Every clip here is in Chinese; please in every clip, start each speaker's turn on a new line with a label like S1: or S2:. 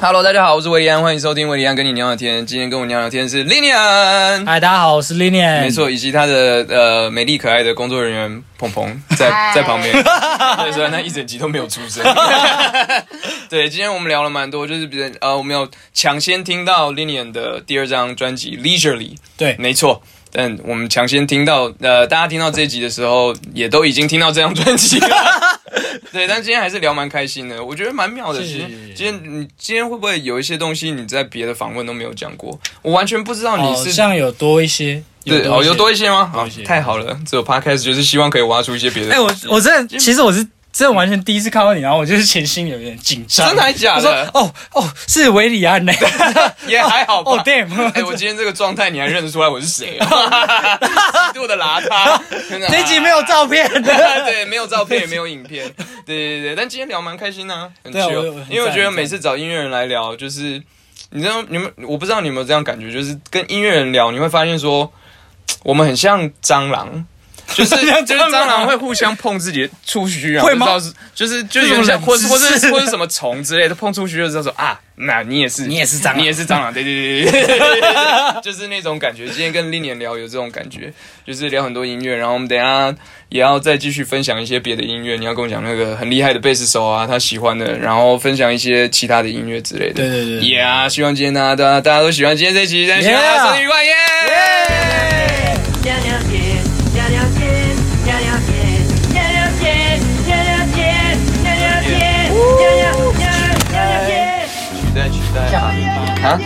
S1: Hello，大家好，我是维里安，欢迎收听维里安跟你聊聊天。今天跟我聊聊天是 l i n i a
S2: 嗨，哎大家好，我是 Linian。
S1: 没，错，以及他的呃美丽可爱的工作人员鹏鹏在
S3: 嗨
S1: 在旁边，对，虽然他一整集都没有出声。对，今天我们聊了蛮多，就是别人呃，我们有抢先听到 Linian 的第二张专辑《Leisurely》，
S2: 对
S1: 没错。但我们抢先听到，呃，大家听到这一集的时候，也都已经听到这张专辑 了。对，但今天还是聊蛮开心的，我觉得蛮妙的。
S2: 是
S1: 其实今天你今天会不会有一些东西你在别的访问都没有讲过？我完全不知道你
S2: 好
S1: 是
S2: 哦像有多一些，
S1: 对哦，有多
S2: 一
S1: 一些吗？
S2: 多
S1: 好
S2: 一些，
S1: 太好了！只有 podcast 就是希望可以挖出一些别的。
S2: 些。哎、我我真的，其实我是真的完全第一次看到你，然后我就是前心有点紧张。
S1: 真的还假
S2: 我说
S1: 的？
S2: 哦哦，是维 里安呢、
S1: 也还好吧
S2: 哦。damn，
S1: 哎， 我今天这个状态你还认得出来我是谁啊？极度的邋遢，真的啊
S2: 这一集没有照 片的。
S1: 对，没有照片也没有影片，对对对，但今天聊蛮开心的、啊，很
S2: 对啊
S1: chill
S2: 我我很
S1: 因为我
S2: 赞
S1: 觉得
S2: 很赞
S1: 每次找音乐人来聊，就是你知道你们，我不知道你有没有这样感觉，就是跟音乐人聊，你会发现说，我们很像蟑螂。就是
S2: 很像
S1: 就是
S2: 蟑
S1: 蟑
S2: 螂
S1: 螂会互相碰自己的触须啊，
S2: 会
S1: 不知
S2: 吗
S1: 道是就是就是
S2: 这
S1: 有
S2: 种
S1: 像
S2: 冷
S1: 或是
S2: 知
S1: 或是
S2: 识
S1: 或是什么虫之类的碰触须就知道说啊，那你也是
S2: 你也是蟑螂
S1: 你也是蟑螂，对对对对对对对，就是那种感觉。今天跟 l i n 聊有这种感觉，就是聊很多音乐，然后我们等一下也要再继续分享一些别的音乐。你要跟我讲那个很厉害的贝斯手啊，他喜欢的，然后分享一些其他的音乐之类的。
S2: 对对对对
S1: ，Yeah，希望今天大家大家大家都喜欢今天这期，大家
S2: Yeah
S1: 生日愉快，耶！
S3: 聊聊天，聊聊天，聊聊天，聊聊天，聊聊天，聊聊天，聊聊聊聊天。
S1: 期待期待啊！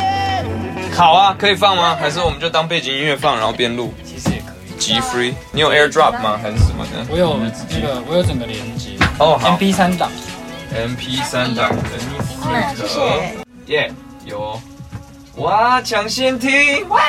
S1: 好啊，可以放吗？还是我们就当背景音乐放，然后边录
S2: 其实也可以。
S1: ？G Free，你有 AirDrop 吗？还是什么的？
S2: 我有那个，我有整个连接
S1: 哦，好
S2: ，MP 三档。
S1: ，MP 三档的那
S3: 谢谢。
S1: 耶、有、哦。哇，抢先听！哇，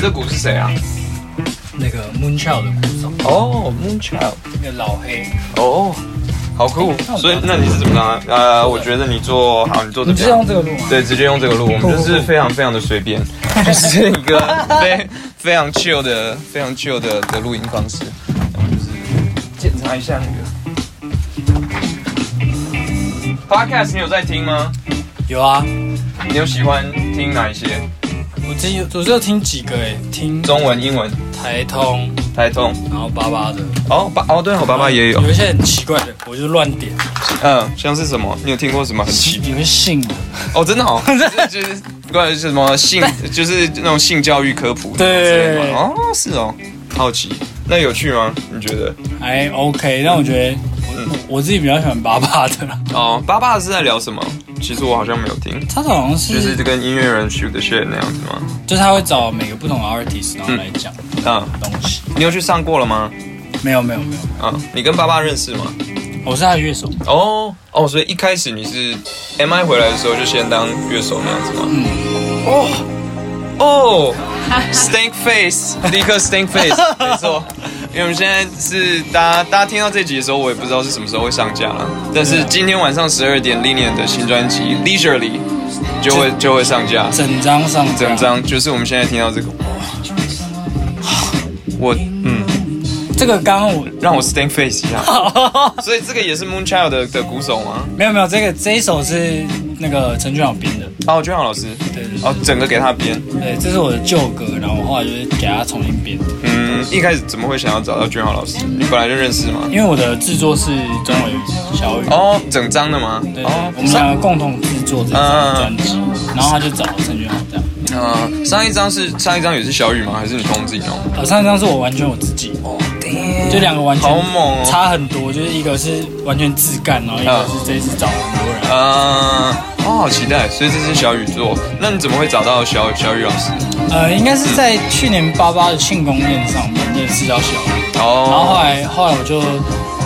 S1: 这鼓是谁啊？
S2: 那个 Moonchild 的鼓手，
S1: 哦、m o o n c h i l d
S2: 那个老黑，
S1: 哦、好酷！所以那你是怎么拿？呃，我觉得你做好，你做
S2: 你
S1: 怎
S2: 不
S1: 么样
S2: 是用？这个录吗？
S1: 对，直接用这个录，我们就是非常非常的随便， 就是一个非非常 chill 的、非常 chill 的的录音方式。我们就是检查一下那个 podcast，你有在听吗？
S2: 有啊，
S1: 你有喜欢听哪一些？
S2: 我只有我只有听几个诶，听
S1: 中文、英文、
S2: 台通，
S1: 台通？
S2: 然后巴巴的，
S1: 哦，爸，哦，对，我爸爸也有
S2: 有，一些很奇怪的，我就乱点，
S1: 嗯，像是什么？你有听过什么很奇
S2: 有些信的。
S1: 哦，真的 哦，就是就是关于是什么性，就是那种性教育科普
S2: 对
S1: 之类的吗哦，是哦，好奇，那有趣吗？你觉得？
S2: 还哎 OK，但我觉得
S1: 嗯
S2: 我我我自己比较喜欢巴巴的啦，
S1: 哦，爸爸是在聊什么？嗯其实我好像没有听，
S2: 他好像
S1: 就是是跟音乐人 shoot the shit 那样子吗？
S2: 就是他会找每个不同的 artist 然后来讲
S1: 啊，
S2: 东西。
S1: 你有去上过了吗？
S2: 没有没有没有，
S1: 啊，你跟爸爸认识吗？
S2: 我是他的乐手，
S1: 哦哦，所以一开始你是 M I 回来的时候就先当乐手那样子吗？嗯。哦哦，Stank Face，立刻 Stank Face，没错。因为我们现在是大家大家听到这集的时候，我也不知道是什么时候会上架了，但是今天晚上十二点 l i n e a 的新专辑《Leisurely》就会就会上架，
S2: 整张上架
S1: 整张就是我们现在听到这个，哇，我嗯，
S2: 这个刚刚我
S1: 让我 Stank Face 一下。所以这个也是 Moonchild 的的鼓手吗？
S2: 没有没有这个这一首是那个陈俊豪编的，
S1: 哦，娟好老师，
S2: 对对
S1: 哦，整个给他编。
S2: 对，这是我的旧歌，然后我后来就是给他重新编的，
S1: 嗯，一开始怎么会想要找到娟好老师？你本来就认识吗？
S2: 因为我的制作是钟伟小雨。
S1: 哦，整张的吗？
S2: 对，对
S1: 哦，
S2: 我们两个共同制作这
S1: 啊
S2: 张专辑，然后他就找陈俊豪这样。
S1: 嗯，上一张是上一张也是小雨吗？还是你通自己弄？
S2: 呃，上一张是我完全我自己，就两个完全
S1: 哦啊好猛哦啊
S2: 差很多，就是一个是完全自干，然后一个是这一次找很多人。
S1: 嗯，哦，好期待。所以这是小雨做，那你怎么会找到小小雨老师？
S2: 呃，应该是在去年八八的庆功宴上面认识到小雨，然后后
S1: 哦，
S2: 来后来我就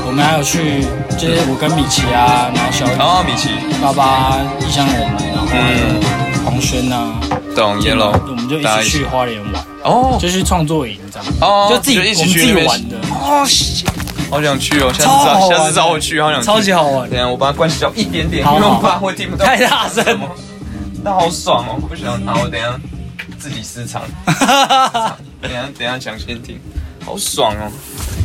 S2: 我们还有去，就是我跟米奇啊，然后小雨、
S1: 然后米奇，
S2: 八八、异乡人，啊然后
S1: 哦嗯
S2: 黄轩啊，
S1: 懂 Yellow，
S2: 我们就一
S1: 大家
S2: 起去花莲玩，
S1: 哦
S2: 就去创作营这样，
S1: 哦，
S2: 就自己
S1: 一
S2: 我
S1: 起
S2: 们自
S1: 去
S2: 己
S1: 那边
S2: 玩的。
S1: 哦，shit 好想去哦，下次
S2: 超好
S1: 找
S2: 玩的
S1: 下次找我去，好想去
S2: 超级好玩
S1: 等一下我把它关小一点点，因
S2: 好
S1: 为我
S2: 好
S1: 怕会听不到。
S2: 太大声
S1: 什么？那好爽哦，不想拿，我等一下自己私藏。等一下等一下讲先听，好爽哦。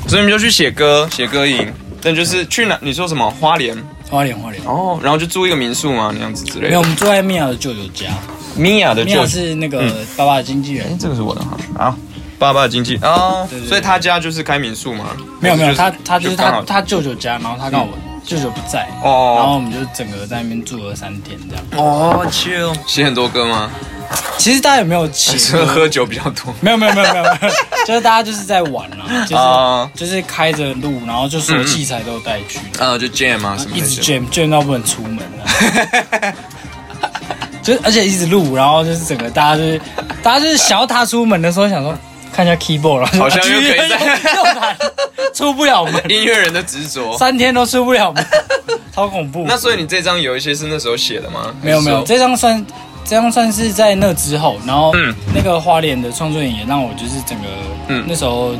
S1: 所以你们就去写歌，写歌营。但就是去哪？你说什么花莲？
S2: 花莲花莲，
S1: 哦，然后就租一个民宿嘛，那样子之类
S2: 没有，
S1: 的
S2: 我。们住在米娅的舅舅家，
S1: 米娅的
S2: 米
S1: 舅
S2: 娅啊是那
S1: 嗯
S2: 个爸爸的经纪
S1: 哎
S2: 人，，
S1: 这个是我的哈。好，爸爸的经济啊
S2: 对对，对
S1: 所以他家就是开民宿嘛。
S2: 没有没有，
S1: 还
S2: 他
S1: 是
S2: 他就是
S1: 刚好嗯
S2: 他他舅舅家，然后他刚好舅舅不在，
S1: 哦
S2: 然后我们就整个在那边住了三天这样。
S1: 哦，chill，写很多歌吗？
S2: 其实大家有没有 写
S1: 是
S2: 过？
S1: 喝酒比较多。
S2: 没有没有没有没 有，没有就是大家就是在玩啦，就是、
S1: 啊
S2: 就是开着路，然后就所有器材都带去，
S1: 啊，就 jam 啊什么
S2: 一
S1: 那
S2: 直
S1: 些。
S2: 卷卷到不能出门了， 就是而且一直录，然后就是整个大家就是大家就是想要踏出门的时候想说看一下 keyboard，然后
S1: 好像又可以再
S2: 又难 出不了门，
S1: 音乐人的执着。
S2: 三天都出不 了门，超恐怖。
S1: 哦那所以你这张有一些是那时候写的吗？
S2: 没有没有，
S1: 还是说
S2: 这张算这张算是在那之后，然后
S1: 嗯
S2: 那个花莲的创作人也让我就是整个、
S1: 嗯
S2: 那时候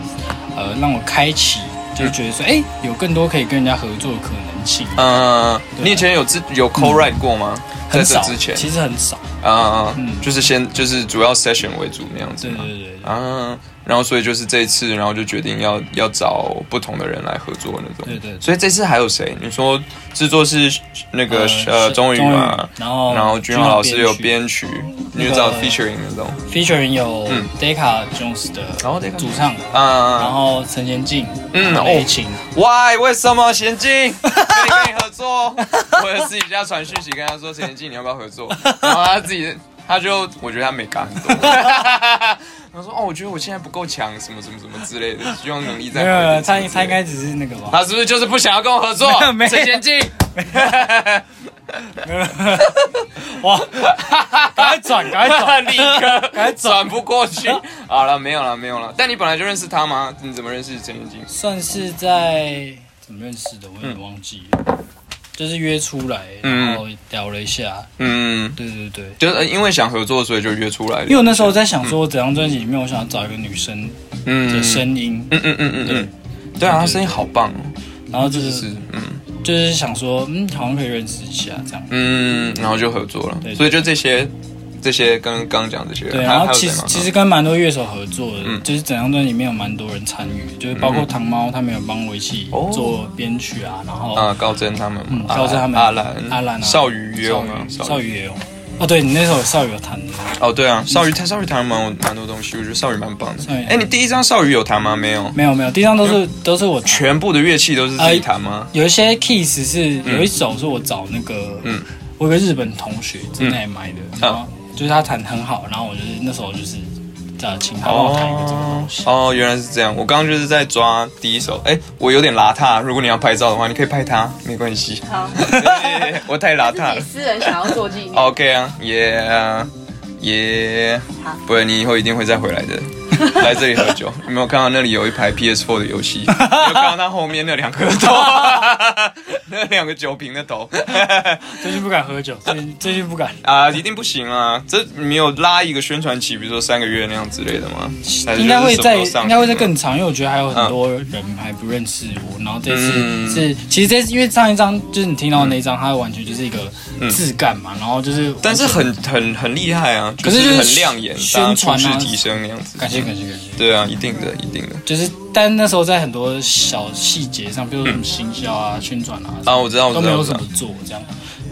S2: 呃让我开启，就是觉得说哎、诶有更多可以跟人家合作的可能性，
S1: 呃，
S2: 对啊
S1: 你以前有自有 co write 过吗？在
S2: 很
S1: 这
S2: 少，
S1: 之前
S2: 其实很少，
S1: 啊，
S2: 嗯
S1: 就是先就是主要 session 为主那样子
S2: 对
S1: 嘛
S2: 对。对对
S1: 啊，然后所以就是这一次，然后就决定要要找不同的人来合作那种。
S2: 对对对
S1: 所以这次还有谁？你说制作是那个呃
S2: 是
S1: 钟宇嘛，
S2: 然后
S1: 然后君浩老师有
S2: 曲
S1: 编曲，你
S2: 那个
S1: 就找 featuring 那种。
S2: featuring 有
S1: 嗯
S2: Deca Jones 的
S1: 然后 Decca
S2: 主唱，然
S1: 啊
S2: 后陈贤进，
S1: 嗯哦
S2: 雷琴，
S1: ，Why？为什么娴静可以跟你合作？哦我私底下传讯息跟他说，娴静你要不要合作？ 然后他自己他就我觉得他没干很多。 他说哦，我觉得我现在不够强，什么什么什么之类的，希望能力再
S2: 没
S1: 好一点什么
S2: 有他
S1: 之类的
S2: 他应该只是那个 吧，
S1: 他是不是就是不想要跟我合作
S2: 没有？没有
S1: 陈贤 进，
S2: 哇，赶快转赶快 转，
S1: 立刻转不过去。好了，没有了，没有了。但你本来就认识他吗？你怎么认识陈贤进？
S2: 算是在怎么认识的，我有点忘记了，就是约出来，
S1: 嗯
S2: 然后聊了一下，
S1: 嗯，
S2: 对对对。
S1: 就是呃因为想合作，所以就约出来了。
S2: 因为我那时候在想说，整张专辑里面，我想要找一个女生的
S1: 嗯
S2: 声音，
S1: 嗯嗯嗯嗯嗯，对啊，他声音好棒哦，
S2: 然后就
S1: 就是
S2: 是
S1: 嗯
S2: 就是想说，嗯，好像可以认识一下这样。
S1: 嗯，然后就合作了
S2: 对。对
S1: 所以就这些这些刚刚讲这些，
S2: 对，
S1: 还
S2: 然后
S1: 还有
S2: 其
S1: 谁
S2: 实
S1: 吗？
S2: 其实跟蛮多乐手合作的，
S1: 嗯
S2: 就是整张专辑里面有蛮多人参与，就是包括糖猫他们有帮我一起
S1: 哦
S2: 做编曲啊，然后
S1: 啊，高真他们嘛
S2: 嗯，，高真他们
S1: 阿兰
S2: 阿兰啊，
S1: 少宇也有吗？
S2: 少宇少宇也有。哦，对你那首少宇有弹的，
S1: 哦，对啊，少宇他少宇弹蛮蛮多东西，我觉得少宇蛮棒的
S2: 少宇。
S1: 哎，你第一张少宇有弹吗？没有，
S2: 没有没有，第一张都
S1: 嗯
S2: 是都是我全。
S1: 全部的乐器都是
S2: 哎
S1: 自己弹吗？
S2: 有一些 keys 是有一首是我找那个，
S1: 嗯
S2: 我有个日本同学在那里买的，然后
S1: 啊
S2: 就是他弹很好，然后我就是那时候就是呃请他帮我弹一个这个东西。
S1: 哦，原来是这样。我刚刚就是在抓第一首，哎，我有点邋遢。如果你要拍照的话，你可以拍它，没关 系。
S4: 好，哦
S1: 对我太邋遢
S4: 自己
S1: 了。
S4: 私人想要做纪念。
S1: OK 啊，耶耶
S4: 好，
S1: 不然你以后一定会再回来的。来这里喝酒， 有没有看到那里有一排 PS4 的游戏？有看到它后面那两个头， 那两个酒瓶的头
S2: 最近不敢喝酒，最近最近不敢，
S1: 啊，一定不行啊！这你有拉一个宣传期，比如说三个月那样之类的吗？还是
S2: 应该会
S1: 就是什
S2: 在
S1: 么时候上
S2: 应该会在更长，因为我觉得还有很多人还不认识我。然后这次
S1: 嗯
S2: 是其实这次因为上一张就是你听到的那一张，它完全就是一个自干嘛，然后就是
S1: 嗯但是很很很厉害啊，
S2: 可是就是
S1: 很亮眼，
S2: 宣传啊
S1: 大家处事提升那样子。
S2: 感谢感谢感谢。
S1: 对啊，一定的，一定的。
S2: 就是，但那时候在很多小细节上，比如说什么行销啊、宣传啊，
S1: 啊我知道我知道
S2: 都没有
S1: 我知
S2: 什
S1: 道
S2: 么做这样。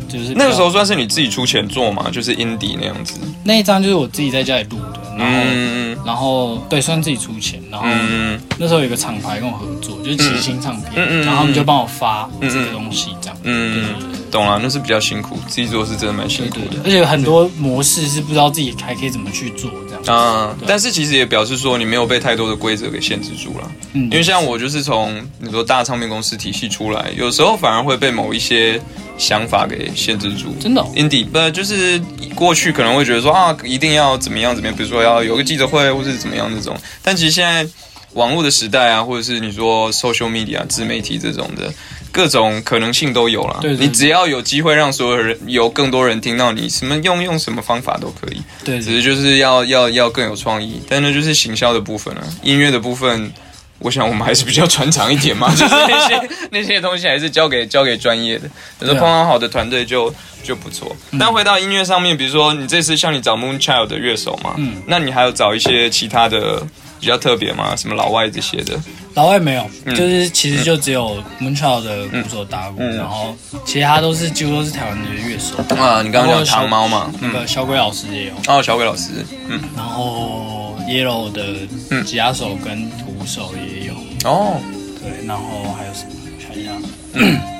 S2: 就是
S1: 那个时候算是你自己出钱做嘛，就是 indie 那样子。
S2: 那一张就是我自己在家里录的，然后、
S1: 嗯
S2: 然后对，算自己出钱，然后、
S1: 嗯
S2: 那时候有一个厂牌跟我合作，就是齐星唱片，
S1: 嗯嗯嗯
S2: 然后他们就帮我发这
S1: 嗯
S2: 个东西这样，
S1: 嗯，懂了，那是比较辛苦，自己做是真的蛮辛
S2: 对
S1: 苦
S2: 对对，
S1: 的。
S2: 而且很多模式是不知道自己还可以怎么去做这样，
S1: 啊、
S2: 对
S1: 但是其实也表示说你没有被太多的规则给限制住了，
S2: 嗯
S1: 因为像我就是从你说大唱片公司体系出来，有时候反而会被某一些想法给限制住。
S2: 真的哦
S1: indie 不就是过去可能会觉得说啊，一定要怎么样怎么样，比如说要有个记者会或是怎么样那种，但其实现在网络的时代啊，或者是你说 social media 自媒体这种的。各种可能性都有了，
S2: 对对对
S1: 你只要有机会让所有人有更多人听到你，什么用用什么方法都可以。
S2: 对
S1: 只
S2: 对
S1: 是就是要要要更有创意，但那就是行销的部分了、啊，音乐的部分我想我们还是比较传长一点嘛， 就是那些那些东西还是交给交给专业的。有时候
S2: 对
S1: 碰
S2: 啊
S1: 到好的团队就就不错。但回到音乐上面，比如说你这次像你找 Moonchild 的乐手嘛，
S2: 嗯
S1: 那你还有找一些其他的比较特别吗？什么老外这些的？
S2: 老外没有，就是其实就只有 Moonchild 的鼓手打鼓，
S1: 嗯
S2: 然后其他都是几乎都是台湾的乐手。
S1: 啊，你刚刚
S2: 然后
S1: 讲
S2: 小
S1: 糖猫嘛，
S2: 那
S1: 嗯，
S2: 个小鬼老师也有，
S1: 哦，小鬼老师，嗯，
S2: 然后 Yellow 的吉他手跟鼓手也有，
S1: 哦，
S2: 对，然后还有什么？我想一下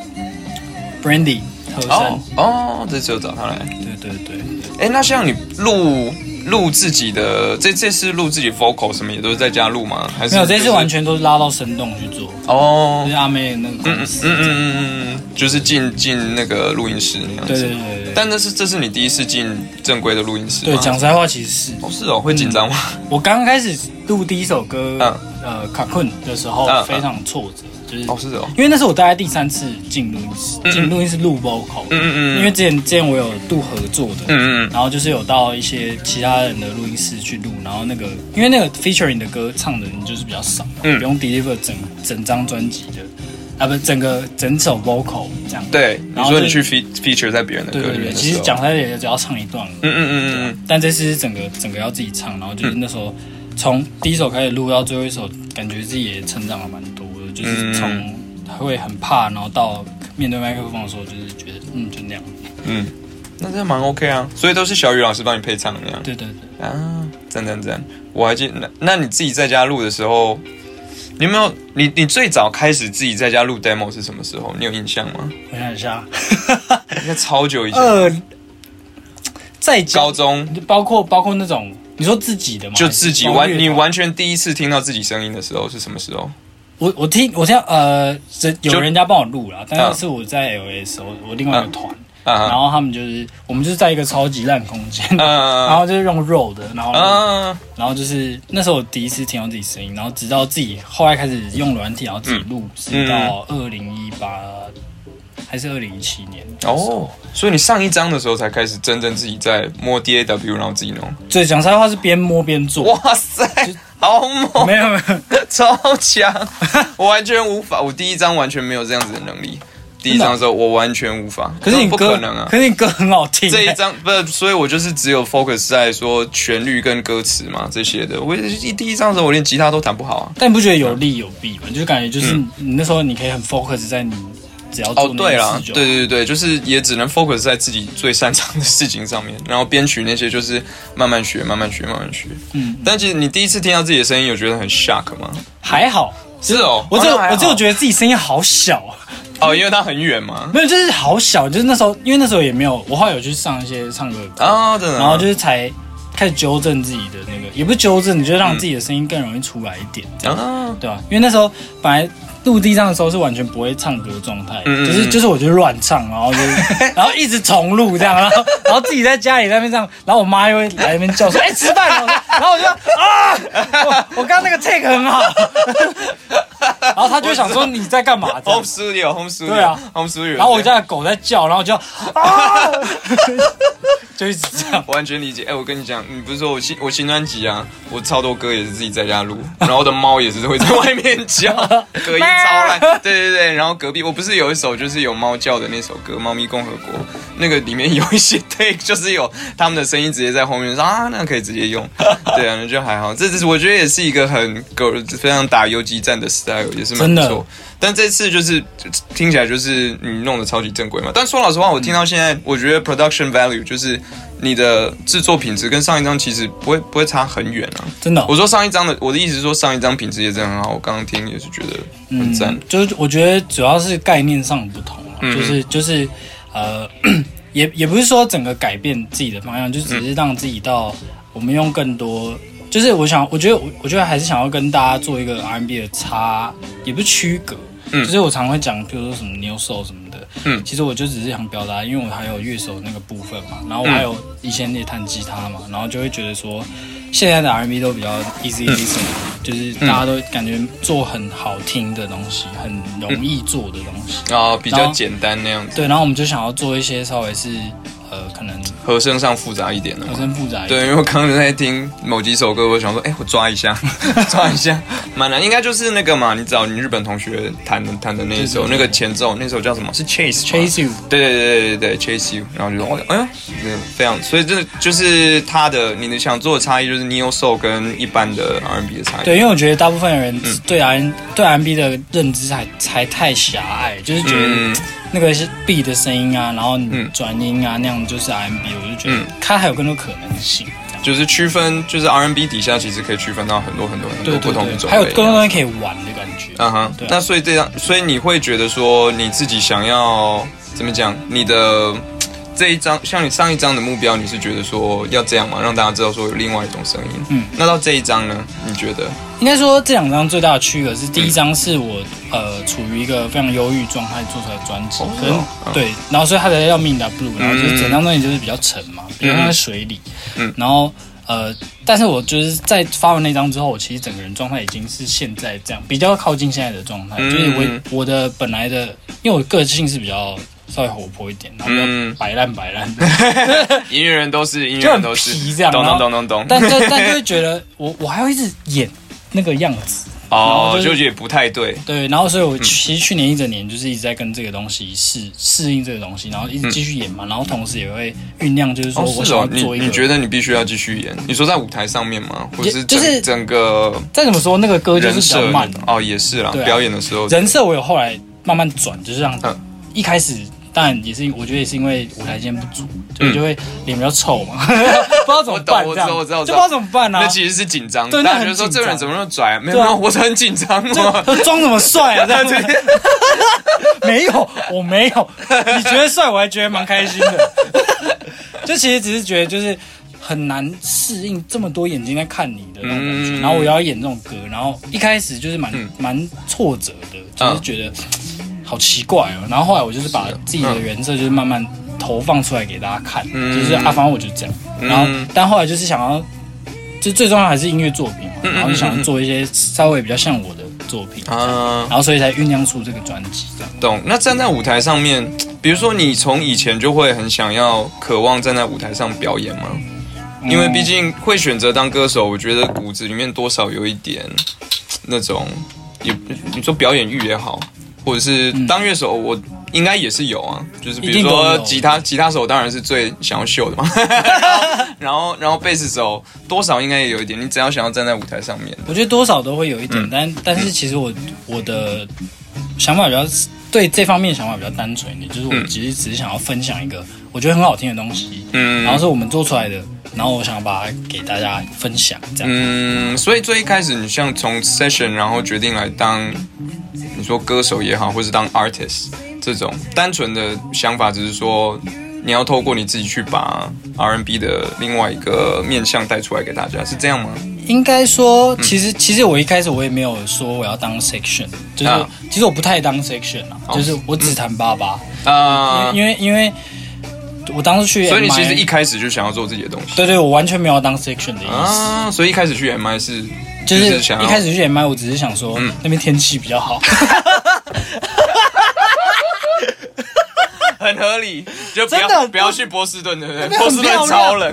S2: ，Brandy 和
S1: 哦
S2: 声，，
S1: 哦，这次有找他来。
S2: 对对对，
S1: 哎，那像你录录自己的，这这次录自己 vocal 什么也都是在家录吗？还是
S2: 没有，这
S1: 就
S2: 次
S1: 是
S2: 完全都是拉到生动去做，
S1: 哦
S2: 就是，阿妹那个
S1: 嗯嗯
S2: 公司，
S1: 嗯嗯嗯嗯，就是进进那个录音室那样子。
S2: 对对对对对。
S1: 嗯但那是这是你第一次进正规的录音室吗
S2: 对，讲实在话，其实是
S1: 哦是哦，会紧张吗？
S2: 我刚开始录第一首歌，
S1: 嗯
S2: 呃，卡困的时候
S1: 嗯嗯
S2: 非常挫折，就是
S1: 哦是哦，
S2: 因为那是我大概第三次进录音室，进录音室录 vocal，
S1: 嗯嗯嗯
S2: 因为之前之前我有录合作的，
S1: 嗯嗯
S2: 然后就是有到一些其他人的录音室去录，然后那个因为那个 featuring 的歌唱的人就是比较少，
S1: 嗯
S2: 不用 deliver 整整张专辑的，啊不整个整首 vocal 这样，
S1: 对，你
S2: 然后
S1: 说
S2: 就
S1: 你去 fe feature 在别人的
S2: 对
S1: 歌
S2: 对
S1: 里面
S2: 对，
S1: 的
S2: 其
S1: 时
S2: 实
S1: 候，
S2: 讲出来也只要唱一段而已，
S1: 嗯嗯嗯嗯
S2: 但这次是整个整个要自己唱，然后就是那时候从第一首开始录到最后一首，感觉自己也成长了蛮多的，
S1: 嗯
S2: 就是从会很怕，然后到面对麦克风的时候，就是觉得嗯就那样，
S1: 嗯，那这蛮 OK 啊，所以都是小雨老师帮你配唱那样
S2: 对对对，
S1: 啊，赞赞赞！我还记那那你自己在家录的时候，你有没有你你最早开始自己在家录 demo 是什么时候？你有印象吗？
S2: 我想一下，
S1: 应该超久以前，
S2: 呃，在家
S1: 高中
S2: 包括包括那种你说自己的吗？
S1: 就自己
S2: 还是
S1: 完，你
S2: 包括乐团
S1: 完全第一次听到自己声音的时候是什么时候？
S2: 我我听我听到呃这有
S1: 就
S2: 人家帮我录了，但
S1: 嗯
S2: 是是我在 L A 的时候，我另外一个团。然
S1: 啊，
S2: 后他们就是，我们就是在一个超级烂空间，然
S1: 嗯
S2: 后就是用 roll 的，然后录
S1: 嗯
S2: 然后就是那时候我第一次听到自己声音，然后直到自己后来开始用软体，然后自己录，是到
S1: 嗯
S2: 二零一八还是二零一七年的时候
S1: 哦，所以你上一张的时候才开始真正自己在摸 DAW，然后自己弄。
S2: 对，讲实在话是边摸边做，
S1: 哇塞，好猛，
S2: 没有没 有，
S1: 超强！我完全无法，我第一张完全没有这样子的能力。第一张的时候，我完全无法。
S2: 可是你
S1: 不
S2: 歌，
S1: 可能啊！
S2: 可是你歌很好听、欸
S1: 这一张不是，所以我就是只有 focus 在说旋律跟歌词嘛这些的。我一第一张的时候，我连吉他都弹不好啊。
S2: 但你不觉得有利有弊吗？就是感觉就是你那时候你可以很 focus 在你只要做
S1: 嗯哦，
S2: 那
S1: 对
S2: 件
S1: 啦
S2: 事，就
S1: 对
S2: 好。
S1: 对对对，就是也只能 focus 在自己最擅长的事情上面，然后编曲那些就是慢慢学，慢慢学，慢慢学。
S2: 嗯，
S1: 但其实你第一次听到自己的声音，有觉得很 shock 吗？
S2: 还好。
S1: 是哦，
S2: 我只
S1: 好
S2: 有
S1: 像还好
S2: 我只有觉得自己声音好小啊，
S1: 哦，因为它很远嘛。
S2: 没有，就是好小，就是那时候，因为那时候也没有，我后来有去上一些唱歌的课，
S1: 啊、真的啊。
S2: 然后就是才开始纠正自己的那个，也不是纠正，你就让自己的声音更容易出来一点，
S1: 啊，
S2: 对吧、因为那时候本来录地上的时候是完全不会唱歌的状态，
S1: 嗯嗯
S2: 就是
S1: 嗯
S2: 就是我就乱唱，然 后就是然后一直重录这样，然后然后自己在家里在那边这样，然后我妈又会来那边叫说：“哎、吃饭了。”然后我就啊，我我刚刚那个 take 很好，然后她就会想说你在干嘛啊 这样
S1: Home Studio，Home Studio，
S2: 对啊
S1: ，Home Studio。
S2: 然后我家的狗在叫，然后我就啊， 就一直这样。
S1: 完全理解。哎、我跟你讲，你不是说我新我新专辑啊，我超多歌也是自己在家录，然后我的猫也是会在外面 叫，隔音超烂。对对对，然后隔壁我不是有一首就是有猫叫的那首歌《猫咪共和国》，那个里面有一些 take 就是有他们的声音直接在后面说啊，那可以直接用。对啊，那就还好。这只是我觉得也是一个很狗非常打游击战的 style，也是蛮
S2: 真
S1: 不
S2: 的
S1: 错。但这次就是听起来就是你弄得超级正规嘛。但说老实话，我听到现
S2: 嗯
S1: 在，我觉得 production value 就是你的制作品质跟上一张其实不会不会差很远啊。
S2: 真的哦、
S1: 我说上一张的，我的意思是说上一张品质也真的很好，我刚刚听也是觉得很赞。
S2: 嗯。就是我觉得主要是概念上不同啊，
S1: 嗯
S2: 就是就是呃，也也不是说整个改变自己的方向，就只是让自己到我们用更多。就是我想，我觉得我我觉得还是想要跟大家做一个 R&B 的差，也不是区隔。
S1: 嗯
S2: 就是我常会讲，比如说什么 New Soul 什么的，
S1: 嗯
S2: 其实我就只是想表达，因为我还有乐手那个部分嘛，然后
S1: 嗯
S2: 我还有以前也弹吉他嘛，然后就会觉得说，现在的 R&B 都比较 easy
S1: 嗯
S2: listen，、就是大家都感觉做很好听的东西，很容易做的东西。
S1: 啊、比较
S2: 然后
S1: 简单那样子。
S2: 对，然后我们就想要做一些稍微是嗯呃，可能
S1: 和声上复杂一点的
S2: 有
S1: 嘛。
S2: 声复杂一点。
S1: 对，因为我刚刚在听某几首歌，我想说，哎、我抓一 下，抓一下，蛮难。应该就是那个嘛，你找你日本同学弹的弹的那一首，那个前奏，那首叫什么？是 Chase 吗
S2: Chase You
S1: 对对对对对，Chase You。然后就说，哎呀，非常，所以真的就是他的你的想做的差异，就是 Neo Soul 跟一般的 R&B 的差异。
S2: 对，因为我觉得大部分人
S1: 嗯
S2: 对 R、对 R&B 的认知还还太狭隘，就是觉
S1: 嗯
S2: 得那个是 B 的声音啊，然后你
S1: 嗯
S2: 转音啊、那样就是 R&B，我就觉得
S1: 嗯
S2: 它还有更多可能性。这样
S1: 就是区分，就是 R&B 底下其实可以区分到很多很多很多
S2: 对
S1: 不
S2: 对
S1: 同的
S2: 对，
S1: 种
S2: 还有
S1: 类。
S2: 更多东西可以玩的感觉。
S1: 嗯哼，
S2: 对啊
S1: 那所以这样，所以你会觉得说你自己想要怎么讲？你的嘖这一张，像你上一张的目标，你是觉得说要这样嘛，让大家知道说有另外一种声音。
S2: 嗯，
S1: 那到这一张呢？你觉得？
S2: 应该说这两张最大的区隔是，第一张是我、呃处于一个非常忧郁状态做出来的专辑，可能、
S1: 嗯
S2: 对，然后所以它才叫 Mind Up Blue，然后就是整张专辑就是比较沉嘛，比较像在水里，
S1: 嗯
S2: 然后呃，但是我就是在发完那张之后，我其实整个人状态已经是现在这样，比较靠近现在的状态，
S1: 嗯
S2: 就是我我的本来的，因为我个性是比较稍微活泼一点，然后比
S1: 嗯
S2: 较摆烂摆烂的，
S1: 音乐人都是，音乐
S2: 就
S1: 人
S2: 很
S1: 都是
S2: 皮这样，
S1: 懂
S2: 然
S1: 懂
S2: 后
S1: 懂懂懂。
S2: 但但但就会觉得我我还要一直演那个样子。然
S1: 哦，
S2: 后就是
S1: 就也不太对。
S2: 对，然后所以
S1: 嗯
S2: 我其实去年一整年就是一直在跟这个东西适适应这个东西，然后一直继续演嘛，然后同时也会酝酿，就是说
S1: 哦，
S2: 我
S1: 是
S2: 想要
S1: 哦，你
S2: 做一个。
S1: 你觉得你必须要继续演？你说在舞台上面吗？或者是整、
S2: 就是
S1: 整个
S2: 再怎么说那个歌就是
S1: 人
S2: 比较
S1: 设里
S2: 慢，
S1: 哦，也是啦，
S2: 对啊
S1: 表演的时候
S2: 人设我有后来慢慢转，就是让
S1: 嗯
S2: 一开始。但也是因，我觉得也是因为舞台间不足，就
S1: 嗯
S2: 就会脸比较臭嘛， 不知道怎么办，
S1: 我懂
S2: 这样
S1: 我知道我知道我知
S2: 就
S1: 道
S2: 不知道怎么办啊
S1: 那。其实是紧张，
S2: 对
S1: 大
S2: 那
S1: 家觉
S2: 很
S1: 得说
S2: 紧
S1: 这个人
S2: 张
S1: 怎么那么拽啊？没有
S2: 对
S1: 没
S2: 啊
S1: 有，我是很紧张 哦。
S2: 就装怎么帅啊？这样子
S1: 对
S2: 没有，我没有。你觉得帅，我还觉得蛮开心的。 就其实只是觉得就是很难适应这么多眼睛在看你的那种感觉，
S1: 嗯
S2: 然后我要演这种歌，然后一开始就是蛮
S1: 嗯
S2: 蛮、挫折的，就是
S1: 嗯
S2: 觉得、好奇怪哦。然后后来我就是把自己的
S1: 嗯
S2: 原色就是慢慢投放出来给大家看，
S1: 嗯
S2: 就是啊，反正我就这样。然后
S1: 嗯
S2: 但后来就是想要。就最重要还是音乐作品嘛，
S1: 嗯嗯
S2: 然后就想
S1: 嗯
S2: 要
S1: 嗯
S2: 做一些稍微比较像我的作品，
S1: 啊，
S2: 然后所以才酝酿出这个专辑这样。
S1: 懂。那站在舞台上面，比如说你从以前就会很想要、渴望站在舞台上表演吗？
S2: 嗯
S1: 因为毕竟会选择当歌手，我觉得骨子里面多少有一点那种，也你说表演欲也好，或者是当乐手，我应该也是有啊。就是比
S2: 嗯一定
S1: 如
S2: 都
S1: 说
S2: 有
S1: 吉他，吉他手当然是最想要秀的 嘛，然后然后贝斯手多少应该也有一点，你只要想要站在舞台上面，
S2: 我觉得多少都会有一点，
S1: 嗯
S2: 但但是其实我我的想法比较对这方面想法比较单纯一点，就是我
S1: 嗯
S2: 其实只是想要分享一个我觉得很好听的东西，
S1: 嗯，
S2: 然后是我们做出来的，然后我想把它给大家分享这样。
S1: 嗯，所以最一开始你像从 session，然后决定来当你说歌手也好，或是当 artist 这种单纯的想法，只是说你要透过你自己去把 R&B 的另外一个面向带出来给大家，是这样吗？
S2: 应该说，
S1: 嗯
S2: 其实其实我一开始我也没有说我要当 section，就是、
S1: 啊
S2: 其实我不太当 section 啊，
S1: 哦
S2: 就是我只弹八八，
S1: 啊、
S2: 因为因为我当时去 MI，
S1: 所以你其实一开始就想要做自己的东西
S2: 对对，我完全没有要当 section 的意思。
S1: 啊，所以一开始去 MI 是
S2: 就是
S1: 想
S2: 一
S1: 要嗯
S2: 开始去演麦，我只是想说、那边天气比较好，
S1: 很合理，就不要
S2: 真的
S1: 不要去波士顿，对不对？
S2: 边
S1: 波
S2: 很
S1: 士
S2: 漂
S1: 顿
S2: 亮
S1: 超冷，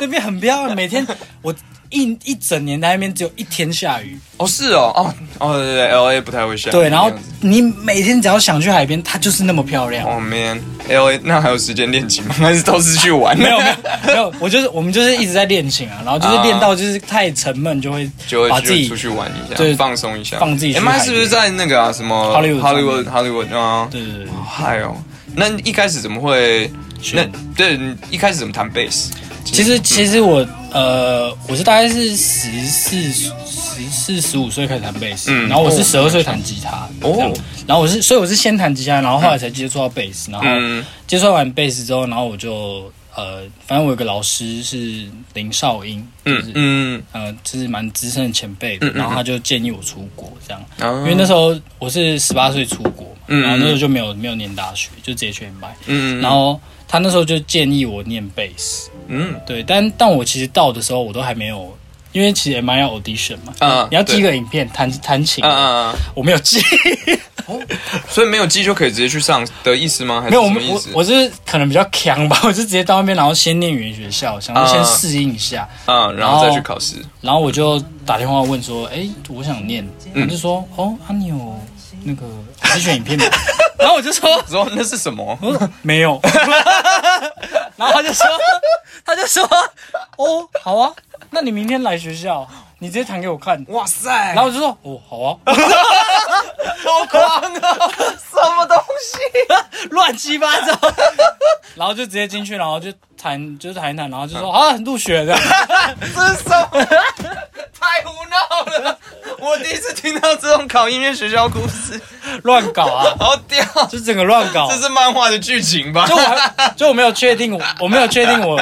S2: 那边很漂亮。每天我一一整年在那边只有一天下雨，
S1: 哦是哦哦哦对对对，LA 不太会下雨
S2: 对，然后
S1: 这样子
S2: 你每天只要想去海边，它就是那么漂亮。
S1: 哦、man，L A 那还有时间练琴吗？ 还是都是去玩？
S2: 没有没有没有，我就是我们就是一直在练琴啊，然后就是
S1: 啊
S2: 练到就是太沉闷，就会
S1: 就会
S2: 把
S1: 就
S2: 自
S1: 会
S2: 己
S1: 出去玩一下，
S2: 对
S1: 放松一下，
S2: 放自己去
S1: M I
S2: 海
S1: 是不是
S2: 边
S1: 在那个啊什么
S2: Hollywood 上
S1: Hollywood
S2: 面
S1: Hollywood 啊？
S2: 对对对对
S1: 哦，嗨哦，那一开始怎么会？那
S2: 选
S1: 对你一开始怎么弹 bass？
S2: 其实其实我呃，我是大概是十四、十四、十五岁开始弹贝斯，
S1: 嗯
S2: 然后我是十二岁弹吉他，
S1: 哦
S2: 这样然后我是所以我是先弹吉他，然后后来才接触到贝斯，然后
S1: 嗯
S2: 接触完贝斯之后，然后我就呃，反正我有个老师是林少英，就是、
S1: 嗯嗯，
S2: 呃，就是蛮资深的前辈，
S1: 嗯嗯
S2: 然后他就建议我出国这样，
S1: 然后
S2: 因为那时候我是十八岁出国嘛，
S1: 嗯
S2: 然后那时候就没有没有念大学，就直接去买，
S1: 嗯
S2: 然后他那时候就建议我念贝斯。
S1: 嗯
S2: 对，但但我其实到的时候，我都还没有，因为其实 M I 要 audition 嘛，
S1: 啊
S2: 你要寄一个影片弹弹琴，
S1: 啊啊
S2: 我没有寄，
S1: 所以没有鸡就可以直接去上的意思吗？还
S2: 没
S1: 是
S2: 有，我
S1: 什么
S2: 们
S1: 意
S2: 我
S1: 思？
S2: 我是可能比较强吧，我是直接到那边，然后先念语言学校，想说先
S1: 啊
S2: 适应一下，
S1: 啊，然后再去考试。
S2: 然后我就打电话问说，哎，我想念，他
S1: 嗯
S2: 就说，哦，啊你有那个海选影片吗？然后我 就说
S1: 之后那是什么？
S2: 我说 没有， 然后他就说， 他就说，哦，好啊，那你明天来学校，你直接弹给我看。
S1: 哇塞
S2: 然后我就说，哦，好啊，
S1: 好狂啊！什么东西？
S2: 乱七八糟， 然后就直接进去，然后就弹，就是弹一弹，然后就说啊，入学的，
S1: 这是什么？ 太胡闹了！我第一次听到这种考音乐学校故事，
S2: 乱搞啊，
S1: 好屌！
S2: 就整个乱搞
S1: 这。是漫画的剧情吧
S2: 就？我还就我没有确定，我我没有确定我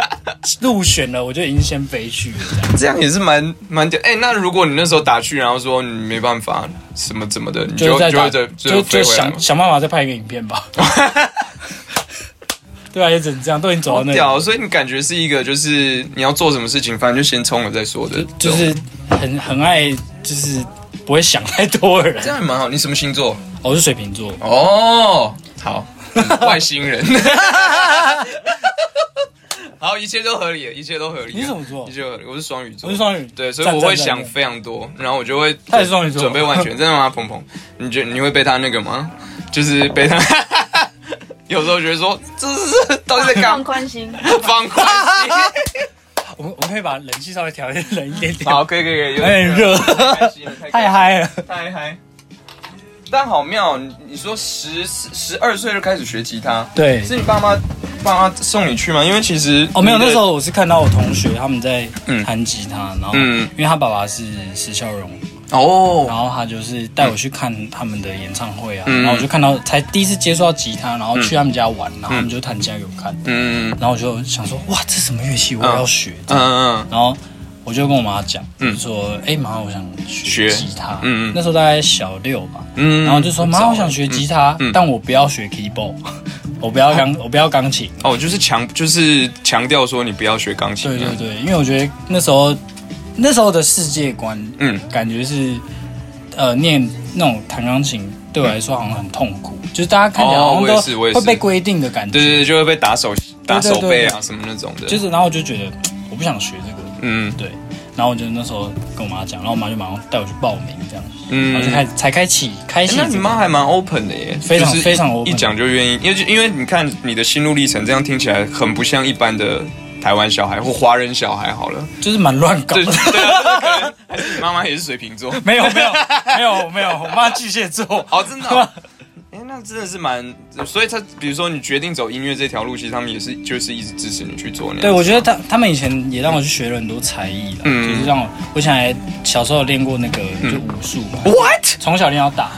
S2: 入选了，我就已经先飞去了这 样。
S1: 这样也是蛮蛮屌。哎、那如果你那时候打去，然后说你嗯没办法，什么怎么的，你
S2: 就是
S1: 就
S2: 在
S1: 就
S2: 打
S1: 会再飞
S2: 就就
S1: 回来嘛
S2: 想。想办法再拍一个影片吧。 对啊，也只能这样，都已经走到
S1: 好
S2: 那
S1: 屌！
S2: 里，
S1: 所以你感觉是一个，就是你要做什么事情，反正就先冲了再说的。
S2: 就是很很爱，就是不会想太多的
S1: 这
S2: 人。哦
S1: 样也蛮好。你什么星座？
S2: 我是水瓶座，
S1: 哦，好，外星 人。好，一切都合理了，一切都合理了。
S2: 你是什么座
S1: 一切都合理。我是双鱼座。
S2: 哦我是双鱼
S1: 对，所以
S2: 赞
S1: 我会
S2: 赞赞
S1: 想
S2: 赞
S1: 非常多，然后我就会
S2: 他也是双鱼座
S1: 准备万 全。真的吗，鹏鹏？你觉得你会被他那个吗？就是被他， 有时候觉得说这是到底在干
S3: 放
S1: 嘛？
S3: 宽心，
S1: 放宽 心。
S2: 我们我们可以把冷气稍微调一冷一点点，
S1: 好，可以可以可以。有
S2: 有点
S1: 点
S2: 哎热，
S1: 开心了，太开心
S2: 太
S1: 了
S2: 嗨了。
S1: 嗨嗨。但好妙，你你说十十二岁就开始学吉他，
S2: 对
S1: 是你爸妈爸妈送你去吗？因为其实
S2: 哦，没有，
S1: 你
S2: 那
S1: 的
S2: 时候我是看到我同学他们在
S1: 嗯
S2: 弹吉他，然后
S1: 嗯
S2: 因为他爸爸是石孝荣，然
S1: 哦，
S2: 后他就是带我去看他们的演唱会啊，
S1: 嗯
S2: 然后我就看到才第一次接触到吉他，然后去他们家玩，然后他们就弹吉他给我看，
S1: 嗯
S2: 然后我就想说哇，这什么乐器我也要学，
S1: 嗯嗯
S2: 然后我就跟我妈讲，
S1: 嗯
S2: 就说哎妈，我想
S1: 学
S2: 学吉他，
S1: 嗯嗯
S2: 那时候大概小六吧，
S1: 嗯
S2: 然后我就说妈，
S1: 早
S2: 我想学吉他，
S1: 嗯嗯
S2: 但我不要学 keyboard，我 不要钢， 我不要钢琴。
S1: 哦，就是强就是强调说你不要学钢琴，啊
S2: 对对对，因为我觉得那时候那时候的世界观，
S1: 嗯
S2: 感觉是呃念那种弹钢琴对我来说好像很痛苦，就是大家看起来
S1: 哦
S2: 好像
S1: 我也是
S2: 都
S1: 我也是
S2: 会被规定的感觉。
S1: 对对对，就会被打手打手
S2: 对
S1: 背
S2: 对
S1: 啊什么那种的，
S2: 就是然后我就觉得我不想学这个，
S1: 嗯
S2: 对。然后我就那时候跟我妈讲，然后我妈就马上带我去报名这样，
S1: 嗯
S2: 然后就开才开启开
S1: 欸
S2: 启、
S1: 那你妈还蛮 open 的耶，
S2: 非常
S1: 就是
S2: 非常 open
S1: 一讲就愿意，因为就因为你看你的心路历程，这样听起来很不像一般的台湾小孩或华人小孩好了。
S2: 就是蛮乱搞
S1: 对
S2: 的。
S1: 对啊，可能还是你妈妈也是水瓶 座。
S2: 没有没有没有没有，我妈巨蟹座。
S1: 哦，真的、 哦。哎、那真的是蛮，所以他比如说你决定走音乐这条路，其实他们也是就是一直支持你去做那样。
S2: 对，我觉得他他们以前也让我去学了很多才艺啦，
S1: 嗯
S2: 就是让我，我想来小时候有练过那个就武术嘛，
S1: what
S2: 从小练到大，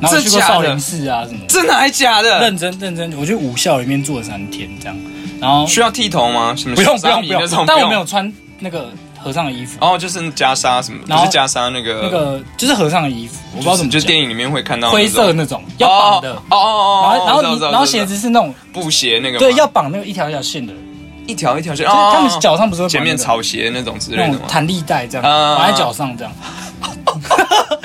S2: 然后我去过
S1: 真假的
S2: 少林寺啊什么的，
S1: 真的还假的？
S2: 认真认真，我去武校里面做了三天这样，然后
S1: 需要剃头吗？什么
S2: 不用不
S1: 小沙
S2: 用
S1: 弥
S2: 不用
S1: 那种？，
S2: 但
S1: 不
S2: 我
S1: 用
S2: 没有。穿那个和尚的衣服，
S1: 哦，就是袈裟什么，
S2: 然
S1: 不
S2: 后
S1: 是袈裟那个
S2: 那个就是和尚的衣服，我不知道怎么
S1: 就
S2: 讲
S1: 是，电影里面会看到
S2: 灰色
S1: 那种
S2: 那种要绑的
S1: 哦，哦哦
S2: 然
S1: 哦哦，
S2: 后然
S1: 我知道
S2: 后
S1: 我
S2: 你
S1: 知道
S2: 然后
S1: 我知道
S2: 鞋子是那种
S1: 布鞋那个吗
S2: 对要绑那个一条一条线的，
S1: 一条一条线，
S2: 就是
S1: 哦
S2: 他们脚上不是会绑
S1: 前面
S2: 那个
S1: 草鞋那种之
S2: 那
S1: 类的
S2: 种
S1: 吗？
S2: 弹力带这样
S1: 啊
S2: 绑在脚上这样，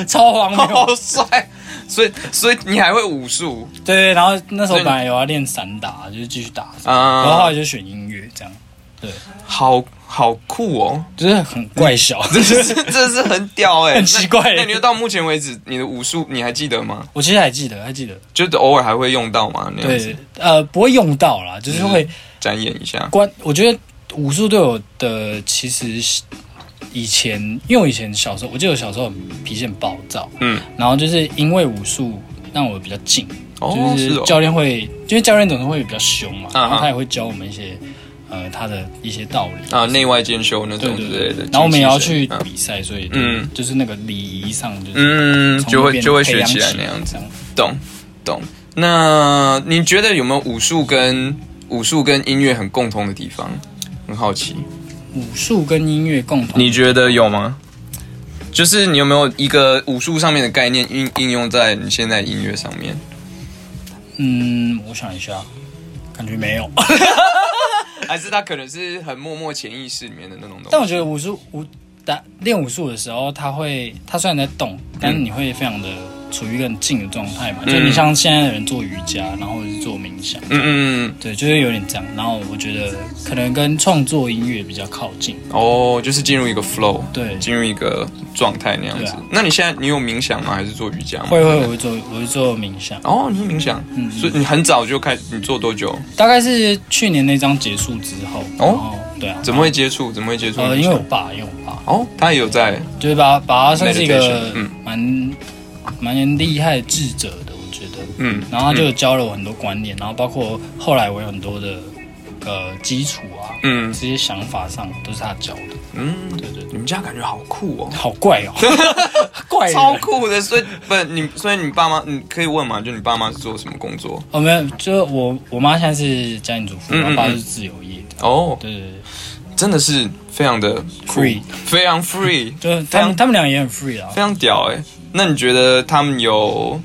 S2: 超荒 谬。
S1: 好帅！所以所以你还会武术
S2: 对，然后那时
S1: 所
S2: 候
S1: 以你
S2: 本来有要练散打，就是继续打，然后后
S1: 啊
S2: 来？就选音乐这样，对，
S1: 好好酷哦！
S2: 就是很怪小。
S1: 这是这是很屌哎，
S2: 很奇怪
S1: 那那你就到目前为止，你的武术你还记得吗？
S2: 我其实还记得，还记得，
S1: 就是偶尔还会用到吗？那样子
S2: 对，嗯呃，不会用到啦，就是会
S1: 展演一下。
S2: 关。我觉得武术对我的其实是以前，因为我以前小时候，我记得我小时候很脾气很暴躁，
S1: 嗯，
S2: 然后就是因为武术让我比较静，
S1: 哦，
S2: 就是是
S1: 哦，
S2: 教练会，因为教练总是会比较凶嘛，
S1: 啊
S2: 然后
S1: 啊
S2: 他也会教我们一些呃他的一些道理。
S1: 啊，内外兼修那
S2: 对
S1: 种之
S2: 对
S1: 类
S2: 对
S1: 的。
S2: 然后我们也
S1: 精
S2: 要
S1: 气
S2: 去
S1: 神啊
S2: 比赛，所以
S1: 嗯
S2: 嗯，就是那个礼仪上就是
S1: 嗯，
S2: 从
S1: 就
S2: 那
S1: 会
S2: 边
S1: 就会
S2: 培
S1: 学
S2: 养
S1: 起
S2: 起
S1: 来那样子。
S2: 这样。
S1: 懂懂。那你觉得有没有武术跟武术跟音乐很共通的地方？很好奇，
S2: 武术跟音乐共同，
S1: 你觉得有吗？就是你有没有一个武术上面的概念应应用在你现在音乐上面？
S2: 嗯，我想一下，感觉没有。啊
S1: 还是它可能是很默默潜意识里面的那种东
S2: 但我
S1: 西？
S2: 觉得
S1: 嗯
S2: 武术武打练武术的时候，他会他虽然在动，但是你会非常的处于一个很静的状态嘛，就你像现在的人做瑜伽，然后或者是做冥想，
S1: 嗯嗯
S2: 对，就是有点这样。然后我觉得可能跟创作音乐比较靠近，
S1: 嗯，哦，就是进入一个 flow，
S2: 对
S1: 进入一个状态那样
S2: 对
S1: 子
S2: 啊。
S1: 那你现在你有冥想吗？还是做瑜伽吗？
S2: 会会嗯我会做我会做冥想，
S1: 哦，你是冥想，所以你很早就开，你做多久？
S2: 大概是去年那张结束之后，
S1: 哦
S2: 然后对啊，
S1: 怎么会接触？怎么会接触冥想？
S2: 呃，因为我爸，因为我爸
S1: 哦，他也有在，
S2: 就是把把他算是一
S1: Meditation，
S2: 个
S1: 嗯
S2: 蛮蛮厉害的智者的，我觉得，
S1: 嗯，
S2: 然后他就
S1: 嗯
S2: 教了我很多观念，然后包括后来我有很多的呃基础啊，
S1: 嗯
S2: 这些想法上都是他教的。
S1: 嗯，
S2: 对对对，
S1: 你们家感觉好酷哦。
S2: 好怪 哦， 怪人
S1: 超酷的，所以不你，所以你爸妈，你可以问吗？就你爸妈是做什么工作？
S2: 哦，没有，就是我我妈现在是家庭主妇，
S1: 嗯嗯
S2: 然后爸
S1: 嗯
S2: 是自由业的。
S1: 哦，
S2: 对对对，
S1: 真的是非常的酷
S2: Free
S1: 非常 free，
S2: 就是
S1: 非
S2: 他
S1: 常
S2: 们他们俩也很 free 啊
S1: 非。常屌哎、那你觉得他们有，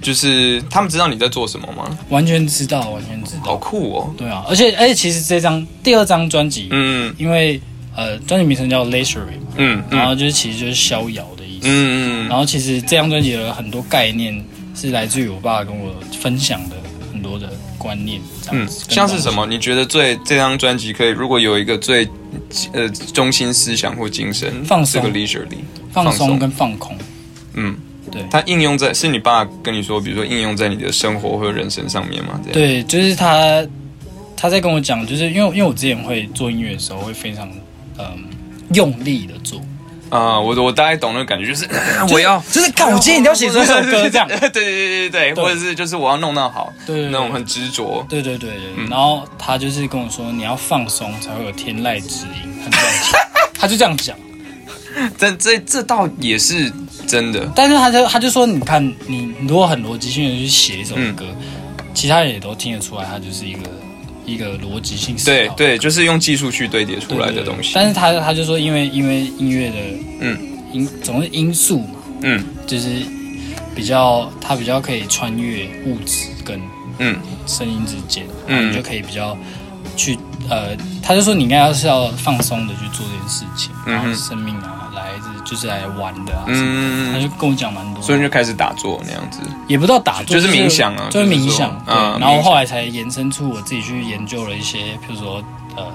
S1: 就是他们知道你在做什么吗？
S2: 完全知道，完全知
S1: 好
S2: 道。
S1: 酷哦，
S2: 对啊，而且而且其实这张第二张专辑，
S1: 嗯
S2: 因为呃专辑名称叫 Luxury 嘛，
S1: 嗯
S2: 然后
S1: 嗯
S2: 就是其实就是逍遥的意思。
S1: 嗯嗯，
S2: 然后其实这张专辑有很多概念是来自于我爸跟我分享的很多的观念，这样
S1: 嗯，
S2: 子。
S1: 像是什？么？你觉得最这张专辑可以，如果有一个最呃中心思想或精神，
S2: 放松
S1: 这个 leisure 里
S2: 放松跟放空。
S1: 嗯，
S2: 对
S1: 它应用在是你爸跟你说，比如说应用在你的生活或者人生上面吗？这样，
S2: 对，就是他他在跟我讲，就是因为因为我之前会做音乐的时候会非常嗯用力的做，
S1: 啊、我我大概懂那个感觉，就是、 我要。
S2: 就是看我今天一定要写 出一首歌这样。
S1: 对对对对对，
S2: 对
S1: 或者是就是我要弄到好，
S2: 对对对
S1: 那种很执着，
S2: 对对对对，然后他就是跟我说，你要放松才会有天籁之音，很赚钱。他就这样讲，
S1: 这这这倒也是真的，
S2: 但是他就他就说，你看你你如果很逻辑性的去写一首歌，其他人也都听得出来，它就是一个一个逻辑性思
S1: 对
S2: 考
S1: 对，就是用技术去堆叠出
S2: 对
S1: 来
S2: 对
S1: 的
S2: 对
S1: 东西。
S2: 但是他他就说，因为因为音乐的
S1: 嗯
S2: 因总是因素嘛，
S1: 嗯
S2: 就是比较它比较可以穿越物质跟
S1: 嗯
S2: 声音之间，
S1: 嗯
S2: 然后你就可以比较去呃，他就说你应该要是要放松的去做这件事情，然后
S1: 嗯哼
S2: 生命啊来自就是来玩的啊，嗯、他
S1: 嗯，
S2: 就跟我讲蛮多，
S1: 所以你就开始打坐那样子。
S2: 也不知道打坐，
S1: 就是冥想啊
S2: 就是
S1: 就是
S2: 冥
S1: 说
S2: 想。对
S1: 嗯
S2: 然
S1: 冥
S2: 后
S1: 想
S2: 后来才延伸出我自己去研究了一些，譬如说呃，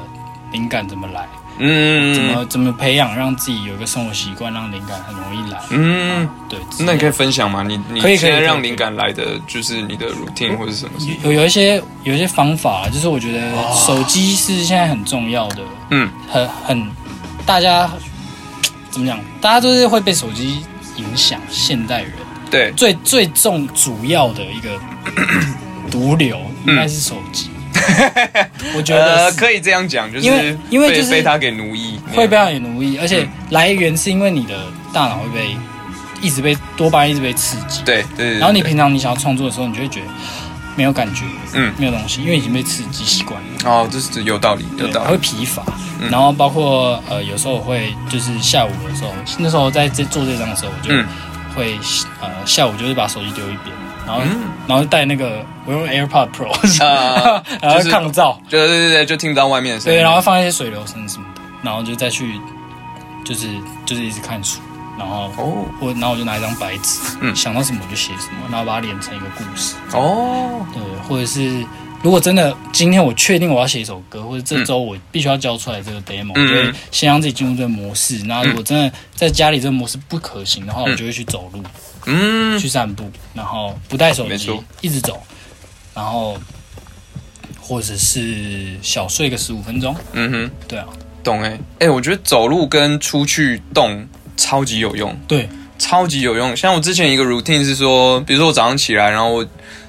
S2: 灵感怎么来，怎
S1: 嗯
S2: 么怎么培养让自己有一个生活习惯，让灵感很容易来。
S1: 嗯，
S2: 对，
S1: 那你可
S2: 以
S1: 以分享吗？你你
S2: 可以可以
S1: 现在
S2: 可
S1: 让
S2: 以
S1: 灵感来的就是你的 routine 或者什么？
S2: 有有一些有一些方法，就是我觉得手机是现在很重要的，
S1: 嗯
S2: 很很大家怎么讲，大家都是会被手机影响，现代人。
S1: 对，
S2: 最最重主要的一 个毒瘤应该是手机，我觉得
S1: 呃，
S2: 是
S1: 可以这样讲，就是
S2: 因为因为
S1: 被
S2: 就是
S1: 被他给奴役，
S2: 会被让你奴役，而且来源是因为你的大脑会被一直被多巴胺一直被刺激，
S1: 对对对。
S2: 然后你
S1: 对
S2: 平常你想要创作的时候，你就会觉得没有感觉，
S1: 嗯
S2: 没有东西，因为已经被刺激习惯了。
S1: 哦，这是有道理，有
S2: 对，
S1: 道
S2: 还会
S1: 理。
S2: 疲乏。
S1: 嗯
S2: 然后包括呃，有时候我会就是下午的时候，那时候在这做这张的时候，我就
S1: 嗯
S2: 会、呃下午就是把手机丢一边，然后、
S1: 嗯
S2: 然后带那个我用 AirPod Pro，、
S1: 呃
S2: 然后
S1: 就是
S2: 抗噪，
S1: 对对对对，就听到外面的声音。
S2: 对，然后放一些水流声什么的，然后就再去就是就是一直看书，然后。
S1: 哦
S2: 我然后我就拿一张白纸，
S1: 嗯
S2: 想到什么我就写什么，然后把它连成一个故事。
S1: 哦，
S2: 对，呃或者是如果真的今天我确定我要写一首歌，或者这周我必须要交出来这个 demo，、
S1: 嗯
S2: 我就会先让自己进入这个模式。那如果真的在家里这个模式不可行的话，我就会去走路、
S1: 嗯
S2: 去散步，然后不带手
S1: 没
S2: 机
S1: 错，
S2: 一直走，然后或者是小睡个十五分钟。
S1: 嗯哼，
S2: 对啊，
S1: 懂哎、欸、欸我觉得走路跟出去动超级有用，
S2: 对，
S1: 超级有用。像我之前一个 routine 是说，比如说我早上起来，然后我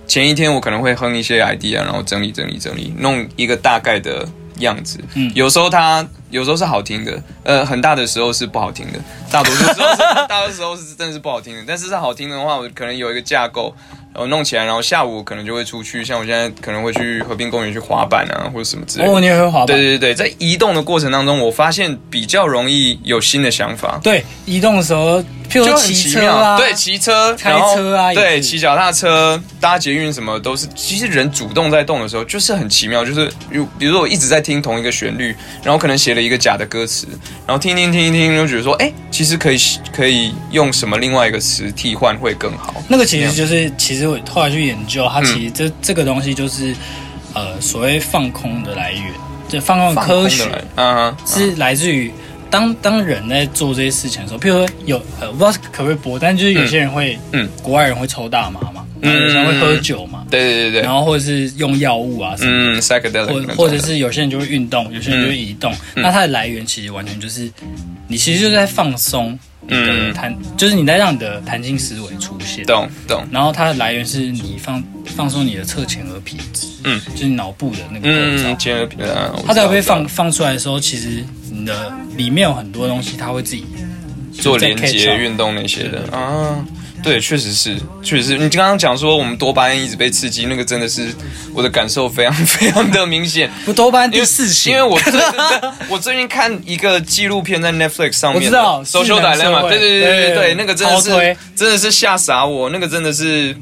S1: 前一天我可能会哼一些 idea，然后整理整理整理，弄一个大概的样子。
S2: 嗯
S1: 有时候它有时候是好听的，呃，很大的时候是不好听的，大多数时 候是大多数时候是真的是不好听的。但是是好听的话，我可能有一个架构，然后弄起来，然后下午可能就会出去，像我现在可能会去河滨公园去滑板啊，或者什么之类的。
S2: 哦，你也会滑板。
S1: 对对对，在移动的过程当中，我发现比较容易有新的想法。
S2: 对，移动的时候譬如
S1: 就
S2: 说
S1: 很
S2: 骑
S1: 奇
S2: 车
S1: 妙，
S2: 啊，
S1: 对，骑车、
S2: 开
S1: 然后
S2: 车啊也是
S1: 对，骑脚踏车、搭捷运什么都是。其实人主动在动的时候，就是很奇妙，就是如比如说我一直在听同一个旋律，然后可能写了一个假的歌词，然后听听听一听，就觉得说，哎，其实可以可以用什么另外一个词替换会更好。
S2: 那个其实就是，其实我后来去研究，它其
S1: 嗯
S2: 实这、这个东西就是，呃，所谓放空的来源，就放空的科学
S1: 放空的来，嗯哼，
S2: 是来自于当当人在做这些事情的时候，譬如说有呃，我不知道可不可以播，但就是有些人会，
S1: 嗯
S2: 嗯，国外人会抽大麻嘛，
S1: 嗯
S2: 然后有些人会喝酒嘛，
S1: 对对对
S2: 然
S1: 对，
S2: 后或者是用药物啊什么的。
S1: 嗯
S2: 或
S1: ，psychedelic，那种
S2: 或者是有些人就会运动，有些人就会移动。
S1: 嗯
S2: 那它的来源其实完全就是，你其实就是在放松你的
S1: 嗯
S2: 弹，就是你在让你的弹性思维出现。
S1: 懂懂，
S2: 然后它的来源是你放放松你的侧前额皮质，
S1: 嗯
S2: 就是脑部的那个构造。
S1: 嗯，结合平衡，我
S2: 它
S1: 知
S2: 才
S1: 道
S2: 会放放出来的时候，其实你的里面有很多东西，它会自己
S1: 做
S2: 在
S1: 连
S2: catch
S1: 接
S2: up
S1: 运动那些的啊。对，确实是，确实是。你刚刚讲说我们多巴胺一直被刺激，那个真的是我的感受非常非常的明显。
S2: 不多巴胺
S1: 因
S2: 第
S1: 为
S2: 四型，
S1: 因为我最我最近看一个纪录片在 Netflix 上面的，
S2: 我知道
S1: 手
S2: 智
S1: 球
S2: 能
S1: 打
S2: 社
S1: 量嘛，
S2: 会
S1: 对对对对
S2: 对
S1: 对，那个真的
S2: 超推
S1: 是真的是吓傻我，那个真的是。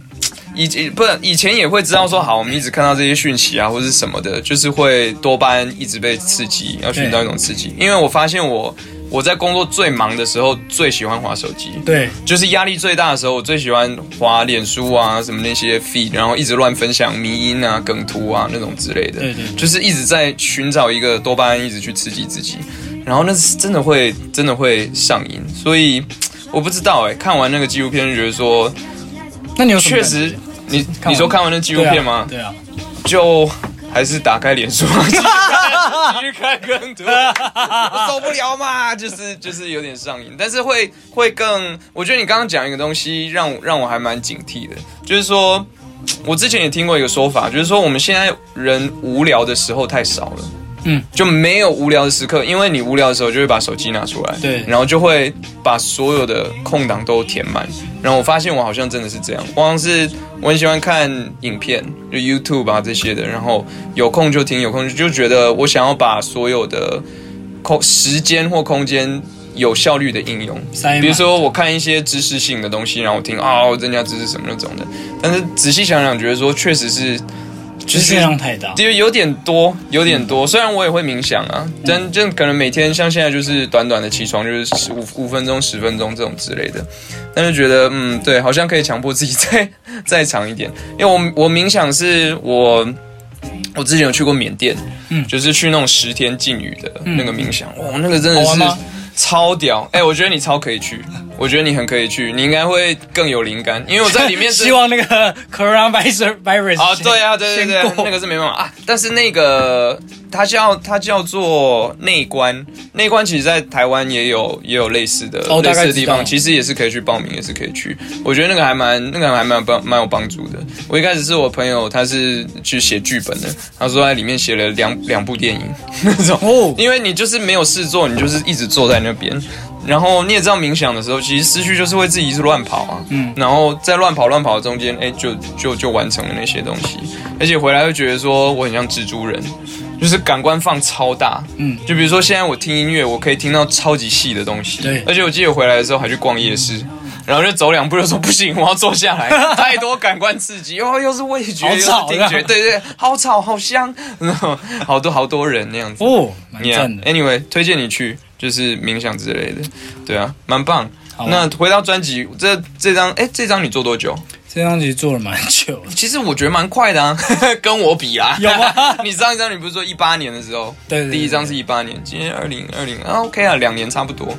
S1: 以以不以前也会知道说好，我们一直看到这些讯息啊，或是什么的，就是会多巴胺一直被刺激，要寻找一种刺激。因为我发现我我在工作最忙的时候，最喜欢滑手机。
S2: 对
S1: 就是压力最大的时候，我最喜欢滑脸书啊，什么那些 feed，然后一直乱分享迷音啊、梗图啊那种之类的。
S2: 对对对
S1: 就是一直在寻找一个多巴胺，一直去刺激自己，然后那是真的会真的会上瘾。所以我不知道哎、看完那个纪录片就觉得说，
S2: 那你有什么
S1: 确
S2: 感觉
S1: 实，你
S2: 完
S1: 你说看完那纪录片吗？
S2: 对啊，
S1: 就还是打开脸书，继续看继续看更多，我受不了嘛，就是就是有点上瘾，但是会会更，我觉得你刚刚讲一个东西，让我让我还蛮警惕的，就是说，我之前也听过一个说法，就是说我们现在人无聊的时候太少了。
S2: 嗯，
S1: 就没有无聊的时刻，因为你无聊的时候就会把手机拿出来，
S2: 对
S1: 然后就会把所有的空档都填满。然后我发现我好像真的是这样，我好像是我很喜欢看影片，就 YouTube 啊这些的，然后有空就听，有空就就觉得我想要把所有的空时间或空间有效率的应用，
S2: 塞满
S1: 比如说我看一些知识性的东西，然后我听啊、哦、增加知识什么那种的，但是仔细想想，觉得说确实是。就
S2: 资讯量太大，
S1: 就有点多，有点多。
S2: 嗯
S1: 虽然我也会冥想啊，但就可能每天像现在就是短短的起床，就是十五五分钟、十分钟这种之类的，但是觉得嗯，对，好像可以强迫自己再 再长一点。因为我我冥想是我我之前有去过缅甸，
S2: 嗯
S1: 就是去那种十天禁语的那个冥想，哇，那个真的
S2: 好玩
S1: 是
S2: 吗
S1: 超屌。哎、我觉得你超可以去，我觉得你很可以去，你应该会更有灵感，因为我在里面真的
S2: 希望那个 coronavirus virus
S1: 哦，
S2: 先
S1: 对啊，对对对
S2: 先，过
S1: 那个是没办法啊。但是那个它叫它叫做内观，内观其实在台湾也有也有类似的、
S2: 哦
S1: 类
S2: 大概
S1: 似的
S2: 知
S1: 地
S2: 道
S1: 方，其实也是可以去报名，也是可以去。我觉得那个还蛮那个还蛮有帮蛮有帮助的。我一开始是我朋友，他是去写剧本的，他说在里面写了两两部电影那种，
S2: 哦
S1: 因为你就是没有事做，你就是一直坐在那边。然后你也知道，冥想的时候，其实思绪就是会自己一直乱跑啊，嗯，然后在乱跑乱跑的中间，哎，就就就完成了那些东西，而且回来会觉得说我很像蜘蛛人，就是感官放超大，嗯，就比如说现在我听音乐，我可以听到超级细的东西，
S2: 对嗯
S1: 而且我记得回来的时候还去逛夜市。然后就走两步就说不行，我要坐下 来，太多感官刺激，哦又又是味觉，
S2: 好
S1: 又是
S2: 吵
S1: 听觉，
S2: 啊
S1: 对对，好吵，好香， 然后好多好多人那样子。
S2: 哦，蛮
S1: Yeah.
S2: 赞的。
S1: Anyway，推荐你去，就是冥想之类的，对啊，蛮棒。
S2: 好啊
S1: 那回到专辑，这这张，哎，这张你做多久？
S2: 这张其实做了蛮久的，
S1: 其实我觉得蛮快的啊， 跟我比啊。
S2: 有吗
S1: 你上一张你不是说一八年的时候？
S2: 对对对
S1: 第一张是一八年，今天二零二零啊，OK 啊，两年差不 多。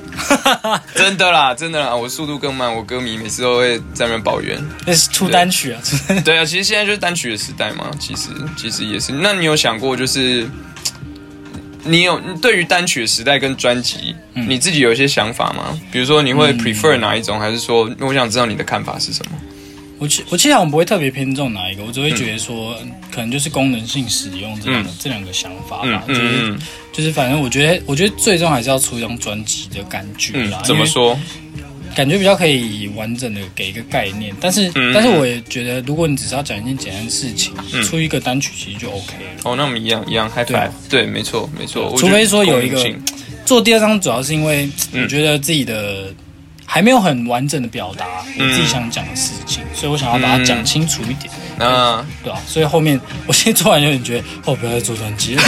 S1: 真的啦，真的啦，我速度更慢，我歌迷每次都会在那边抱怨。
S2: 那 是出单曲啊，出单曲
S1: 对啊，其实现在就是单曲的时代嘛，其实其实也是。那你有想过，就是你有对于单曲的时代跟专辑，
S2: 嗯
S1: 你自己有一些想法吗？比如说你会 prefer 哪一种，还是说我想知道你的看法是什么？
S2: 我其我其实我不会特别偏重哪一个，我只
S1: 嗯
S2: 会觉得说，可能就是功能性使用这两个、这两个想法吧，
S1: 嗯
S2: 就是、
S1: 嗯嗯
S2: 就是反正我觉得我觉得最终还是要出一张专辑的感觉
S1: 嗯
S2: 啦，，
S1: 怎么？说？
S2: 感觉比较可以完整的给一个概念，但是、
S1: 嗯
S2: 但是我也觉得，如果你只是要讲一件简单的事情，出一个单曲其实就 OK 了。
S1: 哦，那我们一样一样 high
S2: 对啊
S1: five，对，没错没错。我
S2: 除
S1: 觉得
S2: 非说有一个
S1: 功能性
S2: 做第二张主要是因为
S1: 嗯
S2: 我觉得自己的还没有很完整的表达我自己想讲的事情，所以我想要把它
S1: 嗯
S2: 讲清楚一点，
S1: 那
S2: 对啊，所以后面我现在做完有点觉得，哦，不要再做专辑 了。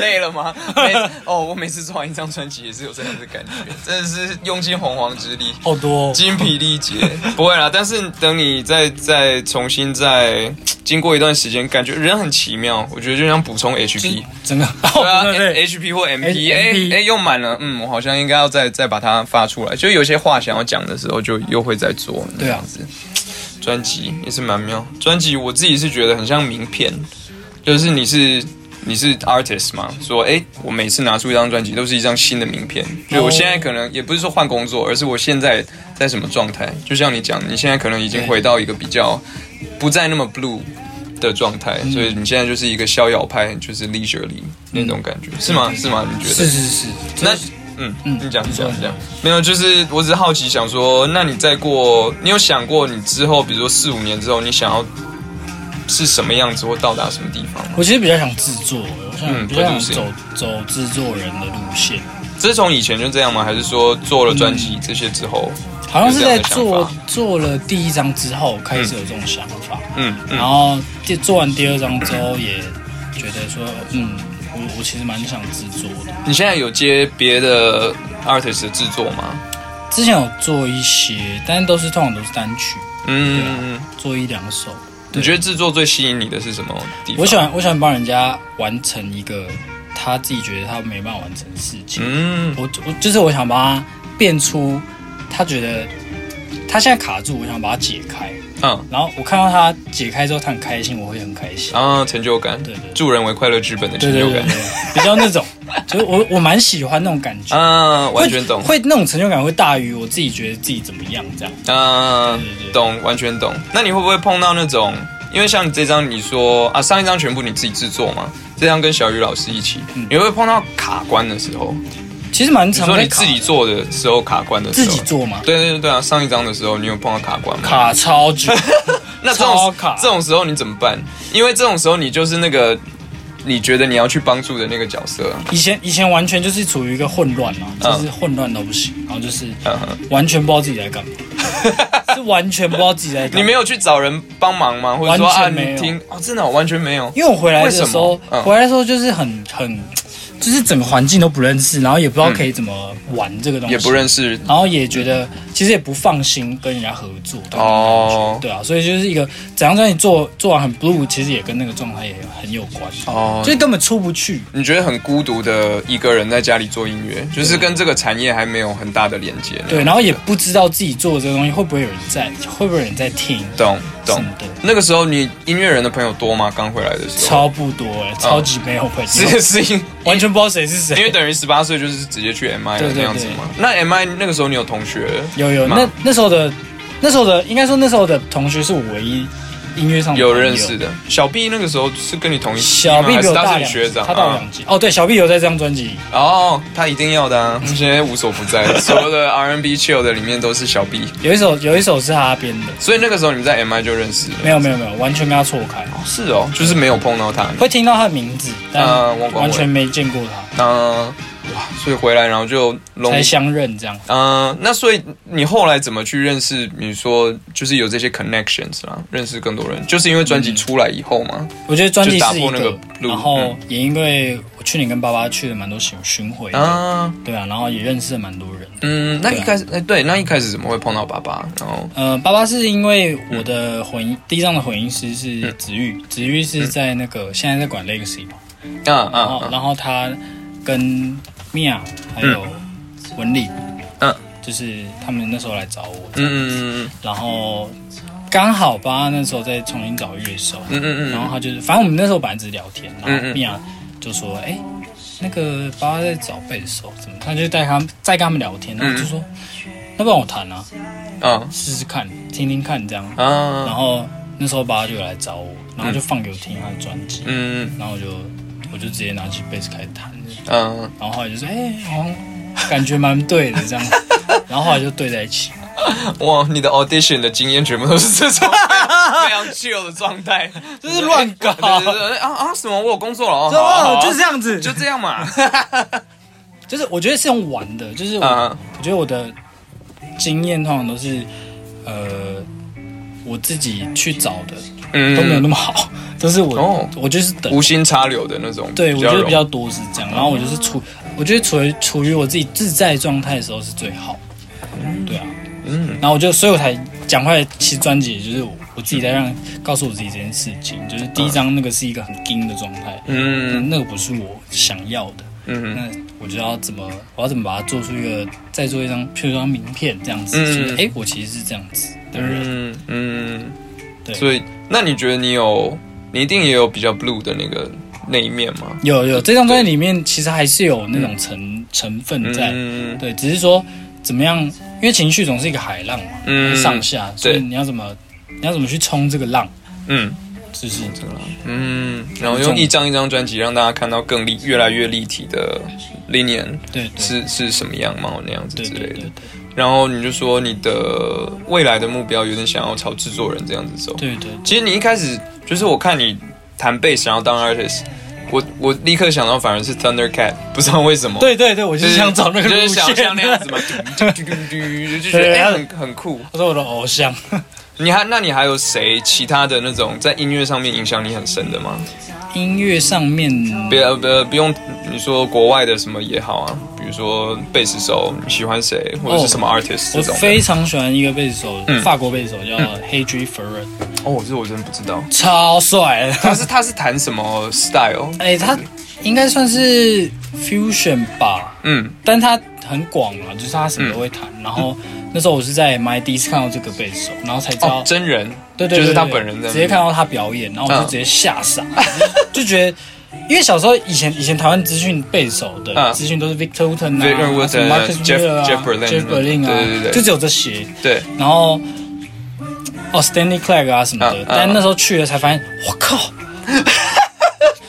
S1: 累了吗？每次哦，我每次做完一张专辑也是有这样的感觉，真的是用尽洪荒之力。
S2: 好多、哦，
S1: 精疲力竭，不会啦。但是等你再再重新再经过一段时间，感觉人很奇妙。我觉得就像补充 HP，
S2: 整个
S1: 对啊
S2: 哦，对对对，
S1: ，HP 或 MP，
S2: MP
S1: 哎哎，用满了，嗯，我好像应该要再再把它发出来。就有些话想要讲的时候，就又会再做。
S2: 对啊
S1: 这样子专辑也是蛮妙。专辑我自己是觉得很像名片，就是你是。你是 artist 嘛？说，哎、我每次拿出一张专辑，都是一张新的名片。就我
S2: 哦
S1: 现在可能也不是说换工作，而是我现在在什么状态。就像你讲，你现在可能已经回到一个比较不再那么 blue 的状态，所以你现在就是一个逍遥派，就是 leisurely 那种感觉，是吗？是吗？你觉得？
S2: 是是是，
S1: 那
S2: 这是
S1: 嗯嗯，你讲你讲
S2: 你说
S1: 你讲，没有，就是我只是好奇想说，那你再过，你有想过你之后，比如说四五年之后，你想要是什么样子，或到达什么地方吗？
S2: 我其实比较想制作，我
S1: 嗯
S2: 想比较想
S1: producing
S2: 走走制作人的路线，
S1: 这是从以前就这样吗？还是说做了专辑这些之后？
S2: 好像是在
S1: 有这样的
S2: 做
S1: 想
S2: 做了第一张之后开始有这种想法，
S1: 嗯嗯
S2: 然后第做完第二张之后也觉得说，嗯，我我其实蛮想制作的。
S1: 你现在有接别的 artist 的制作吗？
S2: 之前有做一些，但是都是通常都是单曲，
S1: 嗯，嗯嗯
S2: 做一两首。
S1: 你觉得制作最吸引你的是什么地方？
S2: 我喜欢我喜欢帮人家完成一个他自己觉得他没办法完成的事情。
S1: 嗯，
S2: 我我就是我想把它变出，他觉得他现在卡住，我想把它解开。
S1: 嗯
S2: 然后我看到他解开之后，他很开心，我会很开心。
S1: 啊，成就感，
S2: 对对
S1: 助人为快乐之本的
S2: 对
S1: 成
S2: 对
S1: 就
S2: 对
S1: 感
S2: 对，，比较那种，就是我我蛮喜欢那种感觉，
S1: 啊，
S2: 会
S1: 完全懂，
S2: 会那种成就感会大于我自己觉得自己怎么样这样。
S1: 啊
S2: 对对，对
S1: 懂，完全懂。那你会不会碰到那种？因为像你这张，你说啊，上一张全部你自己制作嘛，这张跟小雨老师一起，你会不会碰到卡关的时候？
S2: 其实蛮
S1: 你
S2: 嗯常
S1: 说
S2: 在
S1: 你
S2: 卡
S1: 自己做的时候卡关的时
S2: 自
S1: 候，
S2: 己做嘛，
S1: 对对对对啊，上一张的时候你有碰到卡关吗？
S2: 卡超久。
S1: 那这
S2: 超
S1: 种
S2: 卡
S1: 这种时候你怎么办？因为这种时候你就是那个你觉得你要去帮助的那个角色啊。
S2: 以前以前完全就是处于一个混乱啊，就是混乱都不行，然后就是
S1: 嗯哼
S2: 完全不知道自己 在干嘛，是完全不知道自己在干嘛。
S1: 你没有去找人帮忙吗？或者说
S2: 完全
S1: 啊，
S2: 没
S1: 你
S2: 有
S1: 听哦，真的哦、完全没有。
S2: 因为我回来的时候
S1: 为什么，嗯
S2: 回来的时候就是很很，就是整个环境都不认识，然后也不知道可以怎么玩这个东西，
S1: 也不认识
S2: 然后也觉得其实也不放心跟人家合作。
S1: 哦
S2: 对啊，所以就是一个整张专辑做做完很 blue，其实也跟那个状态也很有关，
S1: 哦
S2: 就是根本出不去。
S1: 你觉得很孤独的一个人在家里做音乐，就是跟这个产业还没有很大的连接。
S2: 对，，然后也不知道自己做的这个东西会不会有人在，会不会有人在听。
S1: 懂
S2: 什
S1: 懂
S2: 么的。
S1: 那个时候你音乐人的朋友多吗？刚回来的时候，
S2: 超不多哎、超级没有朋友，
S1: 嗯是是因
S2: 完全不知道谁是
S1: 因为
S2: 谁。
S1: 等于十八岁就是直接去 MI
S2: 对
S1: 了那
S2: 对
S1: 样子嘛。那 MI 那个时候你有同学
S2: 有有，
S1: 吗
S2: 那那时候的，那时候的，应该说那时候的同学是我唯一音乐上的
S1: 有
S2: 朋友
S1: 认识。的小 B 那个时候是跟你同一期吗
S2: 小 B
S1: 还
S2: 比
S1: 是
S2: 我
S1: 他
S2: 大
S1: 是你
S2: 两，
S1: 学长，
S2: 他大我
S1: 啊
S2: 两届。哦，对，小 B 有在这张专辑里，
S1: 哦，他一定要的啊！现在无所不在， 所有的 R&B chill 的里面都是小 B，
S2: 有一首有一首是他编的，
S1: 所以那个时候你们在 MI 就认识了。
S2: 没有没有没有，完全跟他错开，
S1: 是哦，就是没有碰到他。
S2: 会听到他的名字，
S1: 呃
S2: 但
S1: 王冠伟
S2: 完全没见过他，
S1: 嗯、哇，所以回来然后就龙
S2: 才相认这样。
S1: 嗯、那所以你后来怎么去认识？你说就是有这些 connections 啦，认识更多人，就是因为专辑出来以后嘛。
S2: 我觉得专辑是
S1: 就打
S2: 一
S1: 破那个
S2: 个，
S1: 路嗯
S2: 然后也因为我去年跟爸爸去了蛮多巡巡回的，
S1: 啊，
S2: 对啊，然后也认识了蛮多人。
S1: 嗯，那一开始，哎、对，那一开始怎么会碰到爸爸？然后，
S2: 呃，爸爸是因为
S1: 嗯
S2: 我的混音、第一张的混音师是子玉，子玉是在那个、现在在管 Legacy 嘛，
S1: 嗯啊
S2: 然后、
S1: 啊啊，
S2: 然后他跟 Mia 还有文丽，
S1: 嗯
S2: 就是他们那时候来找我，
S1: 嗯嗯
S2: 然后刚好爸爸那时候在重新找乐手，啊
S1: 嗯嗯
S2: 然后
S1: 嗯
S2: 他就是，反正我们那时候本来只是聊天，然后
S1: 嗯嗯
S2: Mia 就说，哎、那个爸爸在找贝斯手，怎么？他就带他们在跟他们聊天，然后就说，要不然我弹啊，
S1: 嗯，啊
S2: 试试看，听听看这样。然
S1: 啊，
S2: 后那时候爸爸就有来找我，然后就放给我听他的专辑，
S1: 嗯
S2: 然后我就我就直接拿起贝斯开始弹，
S1: 嗯，
S2: 然后后来就说，哎、好像感觉蛮对的这样， 然后后来就对在一起。
S1: 哇，你的 audition 的经验全部都是这 种非常 chill 的状态，
S2: 就是乱搞
S1: 对对对对啊啊，什么？我有工作了哦，
S2: 对
S1: 好啊好
S2: 啊
S1: 啊
S2: 就是这样子，
S1: 就这 样嘛。
S2: 就是我觉得是用玩的，就是我、
S1: 啊
S2: 我觉得我的经验通常都是呃我自己去找的，
S1: 嗯
S2: 都没有那么好，都是我、
S1: 哦
S2: 我就是等
S1: 无心插柳的那种，
S2: 对，我觉得
S1: 容嗯
S2: 比较多是这样。然后我就是处，我觉得处于处于我自己自在状态的时候是最好。对啊，
S1: 嗯，
S2: 然后我就，所以我才讲快其实专辑，就是我我自己在让告诉我自己这件事情，就是第一张那个是一个很硬的状态，
S1: 嗯
S2: 那个不是我想要的。
S1: 嗯
S2: 那我就要怎么，我要怎么把它做出一个，再做一张，譬如说一张名片这样子，
S1: 嗯
S2: 就是哎、我其实是这样子的人，
S1: 嗯嗯，
S2: 对
S1: 所以那你觉得你有，你一定也有比较 blue 的那个那一面吗？
S2: 有有这张专辑里面其实还是有那种成、成分在，
S1: 嗯
S2: 对，只是说怎么样，因为情绪总是一个海浪嘛，
S1: 嗯
S2: 上下，所以你要怎么，你要怎么去冲这个浪，
S1: 嗯
S2: 就是
S1: 嗯，然后用一张一张专辑让大家看到更立越来越立体的 Linian
S2: 对对
S1: 是是什么样貌那样子
S2: 对
S1: 之
S2: 对
S1: 类的
S2: 对对。
S1: 然后你就说你的未来的目标有点想要朝制作人这样子走。
S2: 对对，
S1: 其实你一开始就是我看你弹贝斯然后当 artist，我我立刻想到反而是 Thundercat，不知道为什么。
S2: 对对对，我就是想找那个
S1: 就
S2: 路
S1: 是想
S2: 线，
S1: 像那样子嘛，嘟嘟嘟嘟嘟就觉得
S2: 对
S1: 哎
S2: 他
S1: 很很酷。
S2: 他是 我的偶像。
S1: 你还那你还有谁其他的那种在音乐上面影响你很深的吗？
S2: 音乐上面，
S1: 别呃不用你说国外的什么也好啊，比如说贝斯手你喜欢谁，或者是什么 artist
S2: 哦我
S1: 这种的。
S2: 非常喜欢一个贝斯手，
S1: 嗯
S2: 法国贝斯手叫 Hadry Ferrer，、
S1: 哦，这我真的不知道。
S2: 超帅的。
S1: 他是他是弹什么 style？
S2: 哎、他应该算是 fusion 吧，
S1: 嗯
S2: 但他很广啊，就是他什么都会弹。然后那时候我是在 My D 看到这个贝斯手，然后才知道
S1: 哦，真人
S2: 对对对，
S1: 就是他
S2: 对
S1: 本人在那边
S2: 直接看到他表演，然后我就
S1: 嗯
S2: 直接吓傻，就觉得。因为小时候以前以前台湾资讯背手的
S1: 嗯
S2: 资讯都是 Victor Wooten
S1: Victor
S2: 啊
S1: Wooten，呃
S2: 什么 Marcus
S1: Jeff-
S2: Miller 啊
S1: Jeff Berlin
S2: Jeff Berlin 啊
S1: 对对对，对
S2: 就只有这些。
S1: 对，
S2: 然后哦 Stanley Clark 啊什么
S1: 嗯
S2: 的
S1: 嗯，
S2: 但那时候去了才发现，我靠，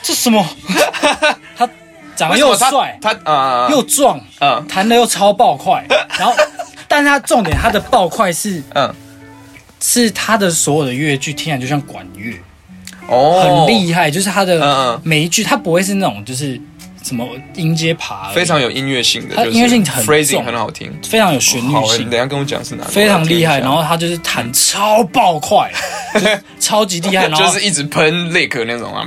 S2: 这什么？他长得又
S1: 为什么
S2: 帅
S1: 他他啊
S2: 又壮，
S1: 嗯
S2: 弹的又超爆快，然后但他重点他的爆快是
S1: 嗯
S2: 是他的所有的乐句听起来就像管乐，
S1: 哦
S2: 很厉害，就是他
S1: 嗯
S2: 的
S1: 嗯
S2: 每一句他不会是那种就是什么音阶爬而已，
S1: 非常有音乐性的，
S2: 他
S1: 就是
S2: 音乐性很
S1: phrasing
S2: 重
S1: 很好听，
S2: 非常有旋
S1: 好
S2: 律
S1: 欸，
S2: 性
S1: 你等。一下跟我讲是哪个，
S2: 非常厉害，
S1: 我
S2: 然
S1: 要
S2: 后他就是弹超爆快，就是超级厉害，
S1: 听一
S2: 然
S1: 下
S2: 后
S1: 就是一直喷 lick 那种啊，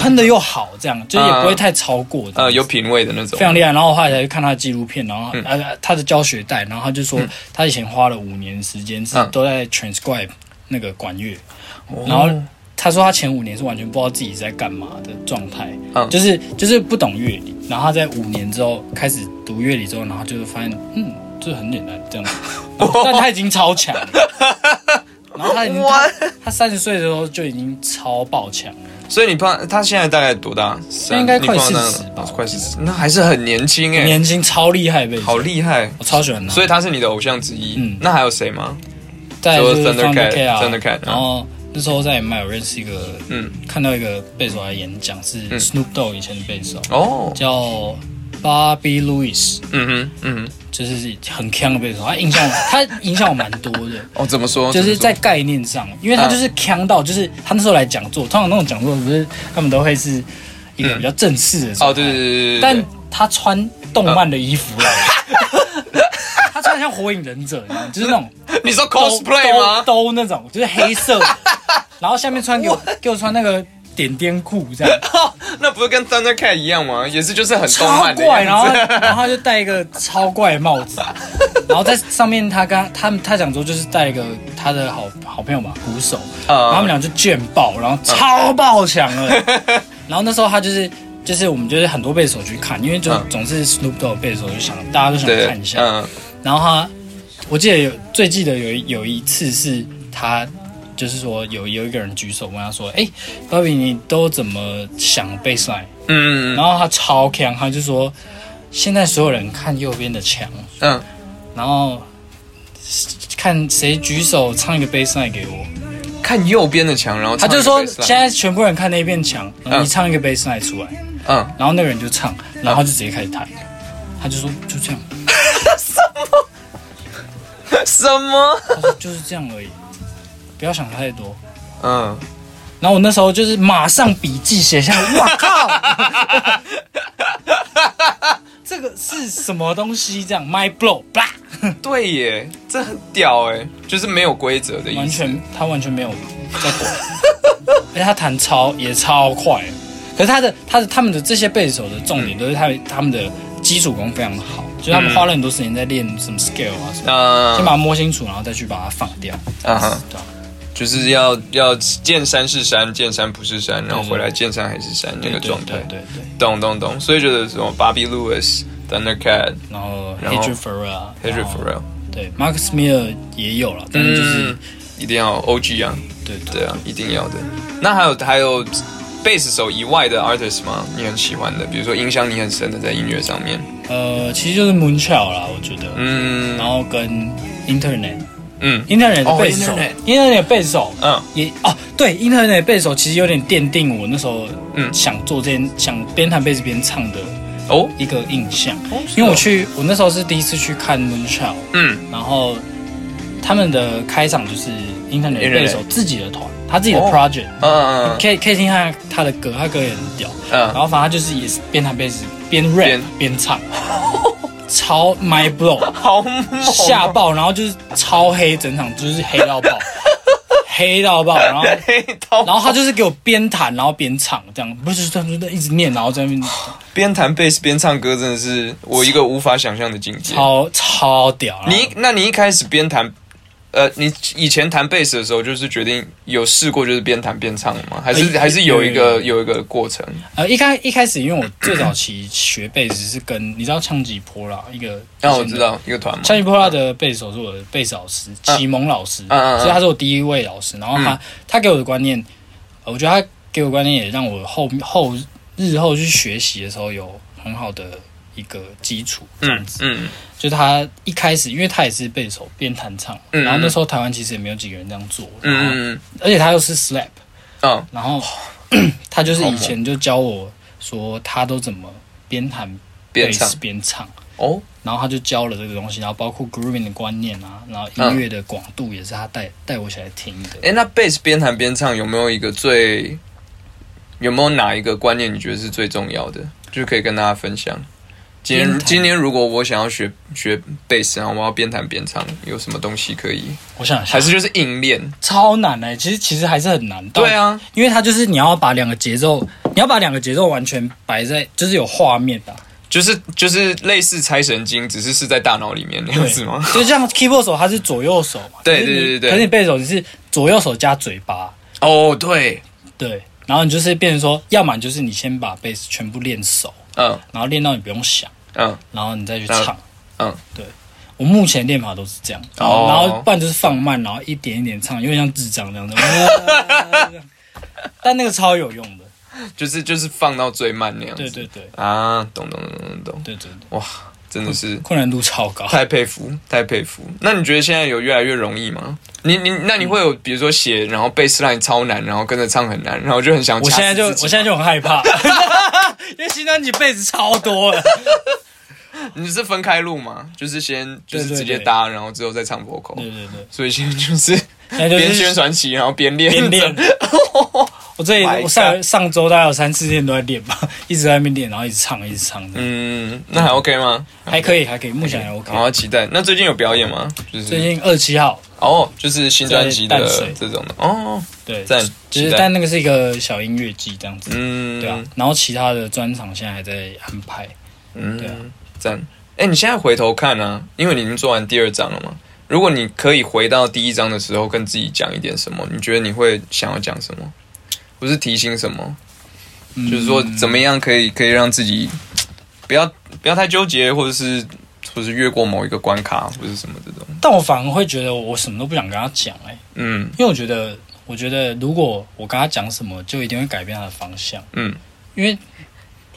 S2: 喷的又好，这样就是也不
S1: 嗯
S2: 会
S1: 嗯
S2: 太超过这样
S1: 呃有品味的那种，
S2: 非常厉害。然后我后来才去看他的纪录片，然后
S1: 嗯
S2: 他、呃他的教学带，然后他就说他以前花了五年时间是
S1: 嗯
S2: 都在 transcribe 那个管乐，
S1: 哦
S2: 然后他说他前五年是完全不知道自己在干嘛的状态，
S1: 嗯
S2: 就是就是不懂乐理。然后他在五年之后开始读乐理之后，然后就是发现嗯，这很简单这 样子，然后但他已经超强了。然后他已经他他三十岁的时候就已经超爆强了，
S1: 所以你碰他现在大概多大？三
S2: 应该
S1: 你
S2: 快
S1: 碰到那
S2: 40吧
S1: 快四十，那还是很年轻哎，
S2: 年轻超厉害呗，
S1: 好厉害。
S2: 我超喜欢他。
S1: 所以他是你的偶像之一，
S2: 嗯
S1: 那还有谁吗？
S2: 再来就是
S1: Thundercat，
S2: Thundercat 啊
S1: Thundercat，
S2: 然后那时候在麦有认识一个，
S1: 嗯，
S2: 看到一个贝斯手来演讲，是 Snoop Dogg 以前的贝斯手，
S1: 哦，
S2: 叫 Bobby Lewis，
S1: 嗯哼，嗯哼，
S2: 就是很强的贝斯手，他影响我， 他影响我蛮多的。
S1: 哦，怎么说？
S2: 就是
S1: 怎么
S2: 在
S1: 说
S2: 概念上，因为他就是强到，就是他那时候来讲座，通常那种讲座不是他们都会是一个比较正式的状态
S1: 嗯哦，对对对对对，
S2: 但他穿动漫的衣服来， 他穿得像火影忍者一样，就是那种
S1: 对 你说
S2: 兜
S1: cosplay 吗？
S2: 兜兜那种，就是黑色的， 然后下面穿给我给我穿那个点点裤 这样，
S1: 那不是跟 Thundercat 一样吗？也是就是很动
S2: 超
S1: 漫的
S2: 怪。然后
S1: 样子
S2: 他然后他就戴一个超怪的帽 子，然后在上面他跟他他们他讲说就是戴一个他的好好朋友嘛鼓手，
S1: 嗯
S2: 然后他们俩就卷爆，然后超爆强了。 然后那时候他就是。就是我们就是很多贝斯手去看，因为就
S1: 嗯
S2: 总是 Snoop Dogg 的贝斯手就想大家都想
S1: 对，
S2: 看一下，
S1: 嗯
S2: 然后他，我记得有最记得有一有一次是他，就是说有有一个人举手问他说：“哎、b o b b y 你都怎么想被赛
S1: 嗯？”
S2: 然后他超强，他就说：“现在所有人看右边的墙，
S1: 嗯，
S2: 然后看谁举手唱一个 bass line 给我。
S1: 看右边的墙，然后
S2: 他
S1: 唱
S2: 就
S1: 一
S2: 说
S1: 个 bassline
S2: 现在全部人看那面墙，然后你
S1: 嗯
S2: 唱一个 bass line 出来。
S1: 嗯，
S2: 然后那个人就唱，然后就直接开始弹。他就说就这样，
S1: 什么？
S2: 他说就是这样而已，不要想太多。
S1: 嗯，
S2: 然后我那时候就是马上笔记写下，哇靠， 这个是什么东西？这样 my blow，blah，
S1: 对耶，这很屌哎、就是没有规则的意
S2: 完
S1: 思。
S2: 全他完全没有在管，而且他弹超也超快，可是他的他的他们的这些贝斯手的重
S1: 嗯
S2: 点都是他们他们的基础功非常的好，就是他们花了很多时间在练什么 scale 啊什么，
S1: 那
S2: 先把它摸清楚，然后再去把它放掉，
S1: 啊哈，
S2: 对吧？
S1: 就是要要见山是山，见山不是山，然后回来见山还是山那
S2: 对
S1: 个
S2: 对
S1: 状态
S2: 对。对对，
S1: 懂懂懂，所以就是什么 Bobby Lewis、Thundercat、
S2: 然后
S1: 然后
S2: Hedge Ferrer、啊
S1: Henry Farrell，
S2: 对 Mark Smith 也有了，但是哦就是
S1: 嗯，一定要 OG 啊，
S2: 对对
S1: 对啊，一定要的。那还有还有贝斯手以外的 artist 吗？你很喜欢的，比如说影响你很深的在音乐上面，
S2: 呃，其实就是 Moonchild 啦，我觉得，
S1: 嗯
S2: 然后跟 Internet。
S1: 嗯
S2: Internet 的
S1: 哦
S2: 贝斯手
S1: Internet
S2: ，Internet 的贝斯手，
S1: 嗯
S2: 也哦，对，Internet 的贝斯手其实有点奠定我那时候
S1: 嗯
S2: 想做这件，想边弹贝斯边唱的
S1: 哦
S2: 一个印象
S1: 哦是哦。
S2: 因为我去，我那时候是第一次去看 Moonchild，
S1: 嗯
S2: 然后他们的开场就是 Internet 的
S1: Internet
S2: 贝斯手自己的团，他自己的
S1: 哦
S2: project，
S1: 嗯
S2: 可以可以听他他的歌，他歌也很屌。然
S1: 嗯
S2: 后反正他就是也是边弹贝斯边
S1: 边
S2: rap 边唱，超 my blow。
S1: 好猛哦
S2: 吓爆，然后就是超黑，整场就是黑到爆，黑到爆，
S1: 啊
S2: 然后。
S1: 黑到
S2: 然后他就是给我边弹，然后边唱，这样不是他就一直念，然后在那边
S1: 哦边弹贝斯边唱歌，真的是我一个无法想象的境界。
S2: 超超屌。然后
S1: 你那你一开始边弹，呃，你以前弹贝斯的时候，就是决定有试过就是边弹边唱的吗？还是
S2: 呃
S1: 还是有一
S2: 有有
S1: 个有一个过程？
S2: 呃一开一开始，因为我最早期学贝斯是跟你知道枪吉波拉一个，
S1: 让哦我知，道一个团嘛，
S2: 枪吉波拉的贝斯手是我的贝斯老师，启蒙老师，
S1: 嗯嗯嗯
S2: 所以他是我第一位老师。然后
S1: 嗯
S2: 他他给我的观念，呃我觉得他给我的观念也让我后后日后去学习的时候有很好的一个基础，这样
S1: 嗯
S2: 子。
S1: 嗯
S2: 就他一开始，因为他也是贝手边弹唱，
S1: 嗯
S2: 然后那时候台湾其实也没有几个人这样做，然后
S1: 嗯嗯
S2: 而且他又是 slap，
S1: 嗯，
S2: 然后他就是以前就教我说他都怎么边弹
S1: 边唱
S2: bass 边唱，
S1: 哦，
S2: 然后他就教了这个东西，然后包括 grooving 的观念啊，然后音乐的广度也是他带带我起来听的。
S1: 哎，那贝斯边弹边唱有没有一个最有没有哪一个观念你觉得是最重要的，就是可以跟大家分享？今
S2: 边
S1: 天
S2: 弹
S1: 今天如果我想要学学贝斯，然后我要边弹边唱，有什么东西可以？
S2: 我想一下
S1: 还，是就是硬练？
S2: 超难哎、其实其实还是很难。
S1: 对啊，
S2: 因为它就是你要把两个节奏，你要把两个节奏完全摆在，就是有画面的、啊
S1: 就是就是类似猜神经，只是是在大脑里面那样子吗？
S2: 就像 keyboard 手，它是左右手嘛。
S1: 对
S2: 可是你
S1: 对对对对
S2: 可是你背手你是左右手加嘴巴，
S1: 哦，对，
S2: 对。然后你就是变成说，要么就是你先把贝斯全部练熟，
S1: 嗯
S2: 然后练到你不用想，
S1: 嗯
S2: 然后你再去唱。
S1: 嗯，
S2: 对，我目前练法都是这样，然后,、
S1: 哦
S2: 不然就是放慢，然后一点一点唱，有点像智障这样子。哇 这样但那个超有用的，
S1: 就是就是放到最慢那样子。
S2: 对对对
S1: 啊，懂懂懂懂懂，
S2: 对对对，
S1: 哇，真的是
S2: 困难度超 高。
S1: 太佩服，太佩服。那你觉得现在有越来越容易吗？你你那你会
S2: 嗯
S1: 有比如说写，然后贝斯 line 超难，然后跟着唱很难，然后就很想
S2: 我
S1: 掐
S2: 现在
S1: 死
S2: 就我
S1: 自己
S2: 现在就很害 怕，因为新专辑贝斯超多了。
S1: 你是分开录吗？就是先就是
S2: 对对
S1: 直接
S2: 对
S1: 搭，然后之后再唱 vocal。
S2: 对对对，
S1: 所以现在就是
S2: 现在就
S1: 边
S2: 是
S1: 宣传期，然后边练
S2: 边练我这里
S1: My
S2: 我上
S1: God
S2: 上周大概有三四天都在练吧， 一直在那边练，然后一直唱，一直唱 的，
S1: 嗯，那还 OK 吗？
S2: 还可以，还可以，目前还 OK。
S1: 好啊期待。那最近有表演吗？就是
S2: 最近二十七号，
S1: 哦，就是新专辑的
S2: 在淡水
S1: 这种的哦，
S2: 对，
S1: 赞
S2: 就是
S1: 期待
S2: 但那个是一个小音乐季这样子，
S1: 嗯，
S2: 对啊。然后其他的专场现在还在安排，对啊
S1: 嗯，赞。哎，你现在回头看啊，因为你已经做完第二章了嘛。如果你可以回到第一章的时候，跟自己讲一点什么，你觉得你会想要讲什么？不是提醒什么，
S2: 嗯
S1: 就是说怎么样可以可以让自己不要不要太纠结，或者是或是越过某一个关卡，或者什么这种。
S2: 但我反而会觉得我什么都不想跟他讲哎、欸
S1: 嗯
S2: 因为我觉得我觉得如果我跟他讲什么，就一定会改变他的方向，
S1: 嗯，
S2: 因为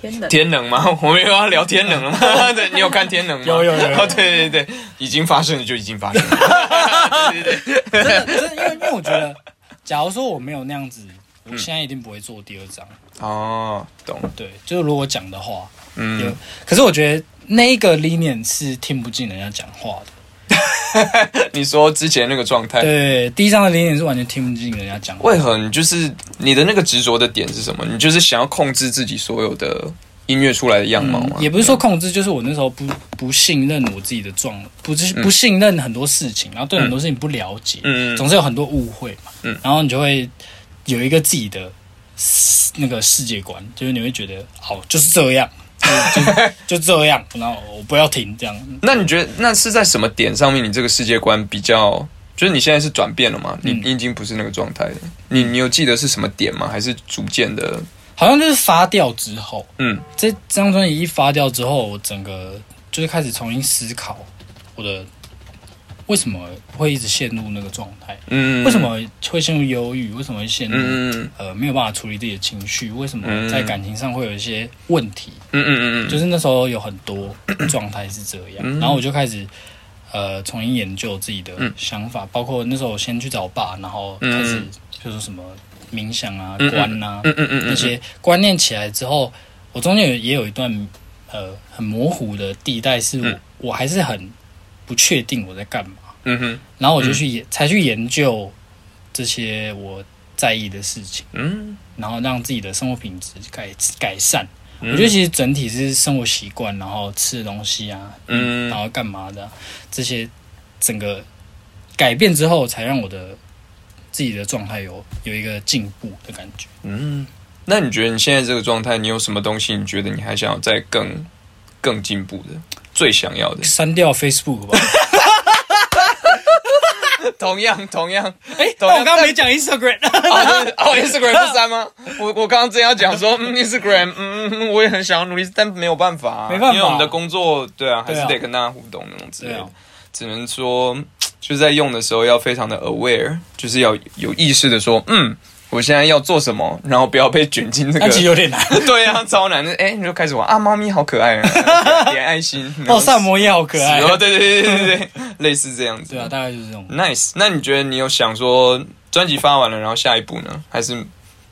S3: 天冷，
S1: 天能吗？ 我们又要聊天能了吗？ 对，你有看天能吗？
S2: 有有有有
S1: 哦，对对对，已经发生了就已经发生了。
S2: 真的真的因为因为我觉得，假如说我没有那样子，
S1: 嗯
S2: 我现在一定不会做第二张。
S1: 哦，懂。
S2: 对，就是如果讲的话，有
S1: 嗯，，
S2: 可是我觉得那一个 l i n e 是听不进人家讲话的。
S1: 你说之前那个状态，
S2: 对，第一张的 l i n e 是完全听不进人家讲话。
S1: 为何你就是你的那个执着的点是什么？你就是想要控制自己所有的音乐出来的样貌嘛。
S2: 嗯也不是说控制，就是我那时候不不信任我自己的状，不是不信任很多事情，然后对很多事情不了解，
S1: 嗯
S2: 总是有很多误会嘛，
S1: 嗯
S2: 然后你就会有一个自己的那个世界观，就是你会觉得哦就是这样，就 就就这样，然后我不要停这样，
S1: 那你觉得那是在什么点上面，你这个世界观比较？就是你现在是转变了吗？你
S2: 嗯
S1: 你已经不是那个状态了。你你有记得是什么点吗？还是逐渐的？
S2: 好像就是发掉之后，
S1: 嗯
S2: 这张专辑一发掉之后，我整个就是开始重新思考我的为什么会一直陷入那个状态，
S1: 嗯，
S2: 为什么会陷入忧郁，为什么会陷入、
S1: 嗯？嗯
S2: 呃没有办法处理自己的情绪，为什么
S1: 嗯
S2: 在感情上会有一些问题？
S1: 嗯嗯嗯嗯，
S2: 就是是那时候有很多
S1: 嗯
S2: 状态是这样，然后我就开始呃重新研究自己的想法，包括那时候我先去找我爸，然后开始
S1: 嗯
S2: 就是什么冥想啊、
S1: 嗯
S2: 观啊、
S1: 嗯嗯嗯嗯
S2: 那些观念起来之后，我中间有也有一段呃很模糊的地带，是我、
S1: 嗯
S2: 我还是很不确定我在干嘛，
S1: 嗯哼
S2: 然后我就去研、才去研究这些我在意的事情。
S1: 嗯
S2: 然后让自己的生活品质改改善。
S1: 嗯
S2: 我觉得其实整体是生活习惯，然后吃的东西啊，
S1: 嗯
S2: 然后干嘛的啊、这些，整个改变之后，才让我的自己的状态有有一个进步的感觉。？
S1: 嗯。那你觉得你现在这个状态，你有什么东西？你觉得你还想要再更更进步的，最想要的
S2: 删掉 Facebook 吧，
S1: 同样同样，哎、同
S2: 哦但我
S1: 样
S2: 刚刚没讲 Instagram，
S1: 哦对 哦，Instagram 不删 吗？我我刚刚正要讲说，嗯，Instagram，嗯，嗯我也很想要努力，但没有办法、啊，
S2: 没办法
S1: 因为我们的工作，对啊，还
S2: 对啊
S1: 是得跟大家互动那种之类
S2: 对
S1: 的
S2: 啊，
S1: 只能说就是在用的时候要非常的 aware，就是要有意识的说，嗯，我现在要做什么，然后不要被卷进这
S2: 但其实
S1: 个。
S2: 有点难。
S1: 对啊，超难的。哎、你就开始玩啊，猫咪好可爱啊，点爱心。
S2: 哦，萨摩耶好可爱。
S1: 哦，对对对对对对，类似这样子。
S2: 对啊，大概就是这种。
S1: Nice，那你觉得你有想说专辑发完了，然后下一步呢？还是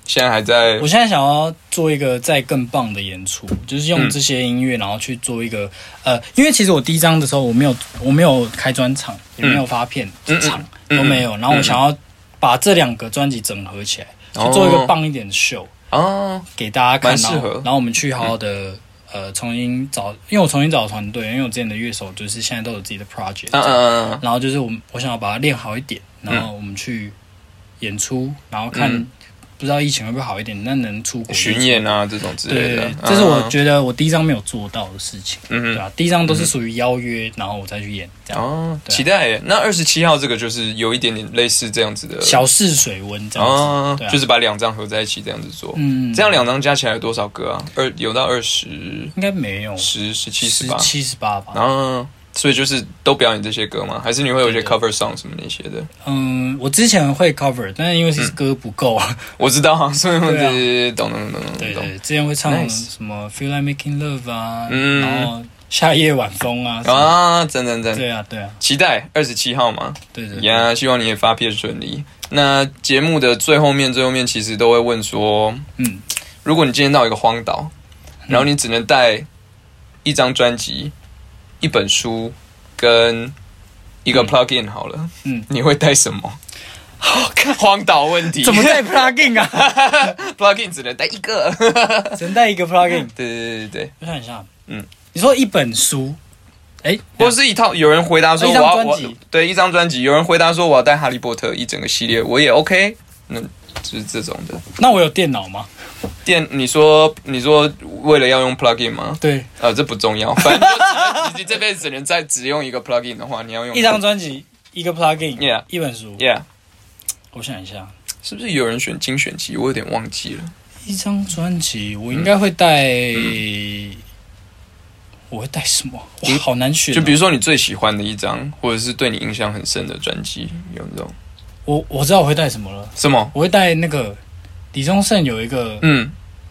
S1: 现在还在
S2: 我？现在想要做一个再更棒的演出，就是用
S1: 嗯
S2: 这些音乐，然后去做一个呃，因为其实我第一张的时候，我没有我没有开专场，也没有发片
S1: 嗯
S2: 场、
S1: 嗯嗯
S2: 都没有，然后我想要把这两个专辑整合起来，
S1: 哦
S2: 去做一个棒一点的秀
S1: 哦，
S2: 给大家看，
S1: 蛮适
S2: 然后
S1: 合嗯
S2: 然后我们去好好的。呃，重新找，因为我重新找团队，因为我之前的乐手就是现在都有自己的 project，、
S1: 嗯嗯嗯
S2: 然后就是我们我想要把它练好一点，然后我们去演出，然后看、
S1: 嗯
S2: 不知道疫情会不会好一点，那能出
S1: 嗯，
S2: 国就
S1: 巡演啊这种之类
S2: 对
S1: 的
S2: 对，，这是我
S1: 嗯
S2: 觉得我第一张没有做到的事情，
S1: 嗯哼
S2: 对啊，第一张都是属于邀约，然后我再去演这样，
S1: 哦，
S2: 对啊
S1: 期待耶。那二十七号这个就是有一点点类似这样子的
S2: 小试水温这样
S1: 哦
S2: 子，对啊，
S1: 就是把两张合在一起这样子做。
S2: 嗯，
S1: 这样两张加起来有多少歌啊？二有到二十
S2: 应该没有
S1: 十十七十
S2: 十
S1: 八，
S2: 七十八吧，
S1: 然后所以就是都表演这些歌吗？还是你会有一些
S2: 对
S1: cover song 什么那些的？
S2: 嗯，我之前会 cover，但是因为是
S1: 嗯
S2: 歌不够，
S1: 我知道，所以我
S2: 对啊
S1: 对懂懂懂懂
S2: 对
S1: 懂懂
S2: 对，之前会唱
S1: Nice
S2: 什么 Feel Like Making Love 啊，
S1: 嗯
S2: 然后夏夜晚风啊，什么
S1: 啊，真真真。
S2: 对啊对啊
S1: 期待二十七号嘛，
S2: 对对，对
S1: 呀、希望你也发片顺利。那节目的最后面，最后面其实都会问说，
S2: 嗯，
S1: 如果你今天到一个荒岛，然后你只能带一张专辑、一本书跟一个 plug in 好了，
S2: 嗯
S1: 你会带什 么？好看，荒岛问题，
S2: 怎么带 plugin 啊？
S1: plug in 只能带一个？
S2: 只能带一个 plugin，
S1: 对对对对对，
S2: 我想一下，
S1: 嗯
S2: 嗯，你说一本书，哎，
S1: 或是一套有人回答说
S2: 一
S1: 我
S2: 张
S1: 要
S2: 专
S1: 我
S2: 辑
S1: 对一张专辑，有人回答说我要带哈利波特一整个系列，我也 OK，那就是这种的。
S2: 那我有电脑吗？
S1: 电，你说你说为了要用 plugin 吗？
S2: 对，
S1: 呃，这不重要，反正就只能你这 辈子只能再只用一个 plugin 的话，你要用
S2: 一张专辑，一个 plugin，、
S1: Yeah
S2: 一本书。
S1: ，Yeah，
S2: 我想一下，
S1: 是不是有人选精选集？我有点忘记了。
S2: 一张专辑我应该会带，
S1: 嗯
S2: 我会带什么？哇，好难选哦、
S1: 就比如说你最喜欢的一张，或者是对你印象很深的专辑，有那种
S2: 我我知道我会带什么了，
S1: 什么？
S2: 我会带那个李宗盛有一个、
S1: 嗯，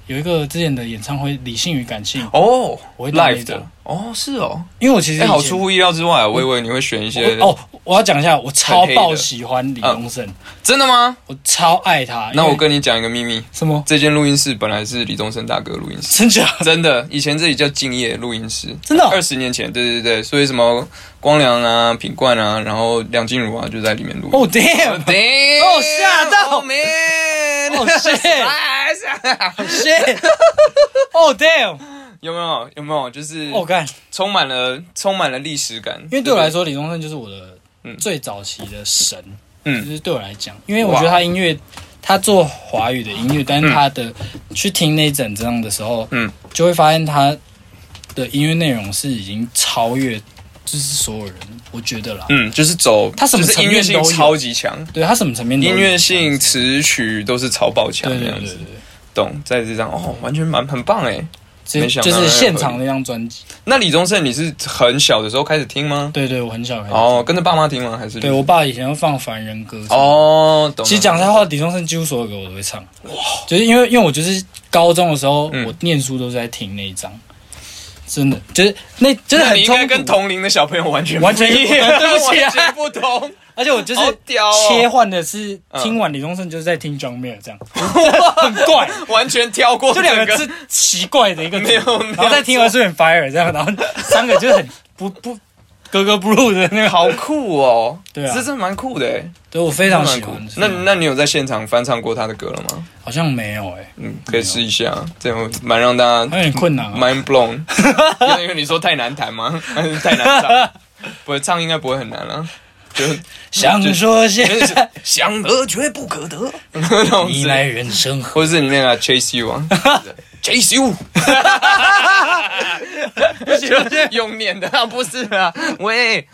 S2: 有一个之前的演唱会《理性与感性》，
S1: 哦
S2: 我会带
S1: ，live
S2: 那张
S1: 的，哦，是哦，
S2: 因为我其实
S1: 哎，好
S2: 以前
S1: 出乎意料之外啊，我以为你会选一些
S2: 我哦，我要讲一下，我超
S1: 很黑的嗯
S2: 爆喜欢李宗盛，
S1: 真的吗？
S2: 我超爱他。
S1: 那
S2: 因为
S1: 我跟你讲一个秘密，
S2: 什么？
S1: 这间录音室本来是李宗盛大哥录音室。
S2: 真假？
S1: 真的，以前这里叫敬业录音室，
S2: 真的哦
S1: 二十年前，对对对，所以什么光良啊、品冠啊，然后梁静茹啊，就在里面录。
S2: 哦、damn，
S1: Oh, 对，
S2: 哦吓到
S1: m a
S2: 哦
S1: n
S2: shit，shit，哦 damn，
S1: 有没有？有没有？就是
S2: 我看，
S1: 充满了充满了历史感。
S2: 哦因为对我来说，李宗盛就是我的
S1: 嗯
S2: 最早期的神，
S1: 嗯
S2: 就是对我来讲，因为我觉得他音乐，他做华语的音乐，但是他的、去听那一整张的时候，
S1: 嗯，
S2: 就会发现他的音乐内容是已经超越，就是所有人，我觉得啦，
S1: 嗯，就是走，
S2: 他什么
S1: 就是
S2: 层
S1: 音
S2: 面
S1: 乐性
S2: 都有
S1: 超级强，
S2: 对他什么层面都有
S1: 音乐性、词曲都是超爆强
S2: 对
S1: 这
S2: 对
S1: 样
S2: 对对
S1: 子。
S2: 对。
S1: 懂，在这张哦，完全蛮很棒哎。
S2: 这
S1: 没想到
S2: 就是现场那张专辑，
S1: 那李宗盛，你是很小的时候开始听吗？
S2: 对对，我很小开始听
S1: 哦，跟着爸妈听吗？还是
S2: 对我爸以前会放凡人歌什么的
S1: 哦，懂了。
S2: 其实讲实话，李宗盛几乎所有歌我都会唱，就是因为因为我就是高中的时候，
S1: 嗯
S2: 我念书都是在听那一张，真的就是那就是
S1: 那
S2: 很
S1: 你应
S2: 冲
S1: 该跟
S2: 突，
S1: 同龄的小朋友完全
S2: 完全
S1: 不一样
S2: 对不起啊
S1: 完全不同。
S2: 而且我就是
S1: 好屌哦
S2: 切换的是
S1: 嗯
S2: 听完李宗盛就是在听 John Mayer 这样，很怪，
S1: 完全跳过
S2: 就
S1: 整，
S2: 两个是奇怪的一个组
S1: 没有
S2: 合，
S1: 没有
S2: 然后再听《二次元 Fire》这样，然后三个就是很不不格格不入的那个，
S1: 好酷哦！
S2: 对啊
S1: 这真的蛮酷的哎，
S2: 对我非
S1: 非
S2: 常
S1: 蛮
S2: 喜
S1: 酷
S2: 欢。。啊
S1: 那那你有在现场翻唱过他的歌了吗？
S2: 好像没有哎，
S1: 嗯，可以试一下，这样蛮让大
S2: 还
S1: 家
S2: 有点困难啊。
S1: mind blown。因 为因为你说太难弹吗？还是太难唱？不会唱应该不会很难了，就
S2: 想说些
S1: 哎就是想得却不可 得，那种
S2: 你
S1: 之
S2: 来
S1: 类的
S2: 人生何？
S1: 或者是你那个 Chase You 啊，Chase You，就是用念的啊，不是啊，喂，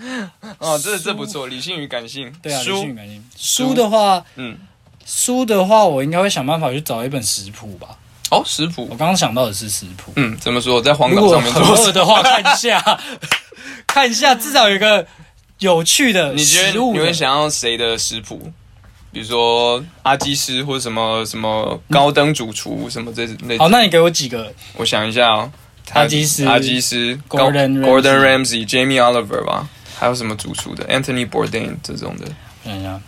S1: 哦，这这不错，理性与感性，
S2: 对啊，
S1: 书
S2: 书，感性。书的话，
S1: 嗯，
S2: 书的话，我应该会想办法去找一本食谱吧。
S1: 哦，食
S2: 我
S1: 谱，
S2: 刚刚想到的是食谱，
S1: 嗯，怎么说，在黄
S2: 如
S1: 岛
S2: 果
S1: 上面
S2: 很
S1: 做
S2: 饿
S1: 事，
S2: 的话，看 一下，看一下，至少有一个有趣的
S1: 你觉得
S2: 食物
S1: 你
S2: 的。
S1: 会想要谁的食谱？比如说阿基师或者什么什么高登主厨什么这类似
S2: 好，，那你给我几个？
S1: 我想一下哦，他
S2: 阿基斯
S1: 阿基斯
S2: Gordon
S1: Gordon Ramsay、Jamie Oliver 吧，还有什么主厨的 Anthony Bourdain 这种的，
S2: 我想
S1: 嗯
S2: 一下，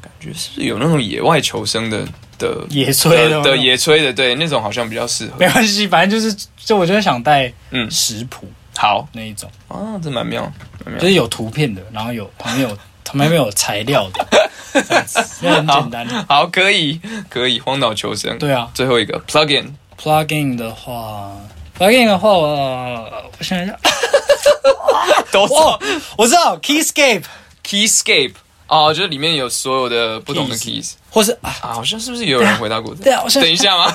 S1: 感觉是不是有那种野外求生的的
S2: 野炊的
S1: 的
S2: 吗
S1: 的野炊的？对，那种好像比较适合
S2: 没。关系，反正就是，就我就会想带
S1: 嗯，
S2: 食谱
S1: 好
S2: 那一种，
S1: 啊，这蛮妙，蛮妙。
S2: 就是有图片的，然后有旁边有旁边有材料的，这样子， 那很简单。
S1: 好，可以可以，荒岛求生。
S2: 对啊，
S1: 最后一个 Plug In，
S2: plugin 的话，plugin 的话，我我想一 下，
S1: 都是
S2: 哦，我知道 Keyscape
S1: Keyscape 哦，就是里面有所有的不同的
S2: Keys
S1: keys
S2: 或是啊，
S1: 啊，好像是不是有人回答过这个？
S2: 对啊我想
S1: 等一下吗？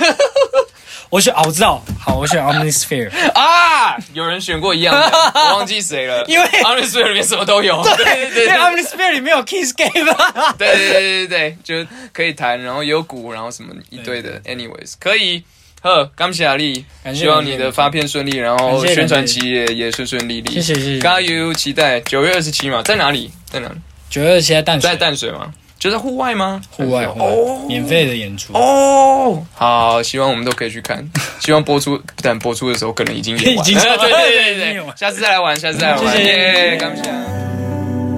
S2: 我选啊，我知道，好，我选 Omnisphere，
S1: 啊，有人选过一样的，我忘记谁了，
S2: 因为
S1: o n e s t 里面什么都有，对 对 对
S2: 因为
S1: 对
S2: Omnisphere 里面有 Keyscape，啊
S1: 对对对对对，就可以弹，然后有鼓，然后什么一堆的，anyways，可以。呵，感谢阿力，
S2: 感谢
S1: 希望你的发片顺利，然后
S2: 感谢
S1: 宣传期也也顺顺利利。
S2: 谢谢谢谢
S1: 加油，期待九月二十七嘛，在哪里？在哪里？
S2: 九月现在淡水
S1: 在淡水吗？就在户外吗？
S2: 户外户外免费的演出，
S1: 哦，好，希望我们都可以去 看。希望播出，但播出的时候可能已经演完了。
S2: 已经
S1: 对对对对
S2: 已经演
S1: 对，
S2: 完
S1: 下次再来玩，下次再来玩。
S2: 谢谢
S1: 耶，感谢。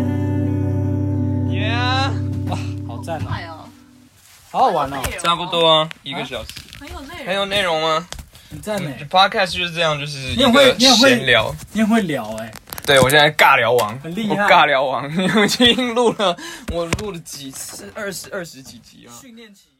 S1: Yeah，
S2: 好赞啊，
S4: 快哦，
S2: 好好玩
S4: 哎
S2: 哦，
S1: 差不多啊，一个小时。
S4: 很有啊内容。
S1: 很有内容吗
S2: 很赞哎，
S1: ？Podcast 就是这样，就是一
S2: 你很会
S1: 个
S2: 你很会
S1: 闲聊。
S2: 你很会聊 哎，
S1: 对我现在尬聊王，
S2: 很厉害
S1: 我尬聊王，已经录了，我录了几次，二十二十几集啊。
S2: 训练期。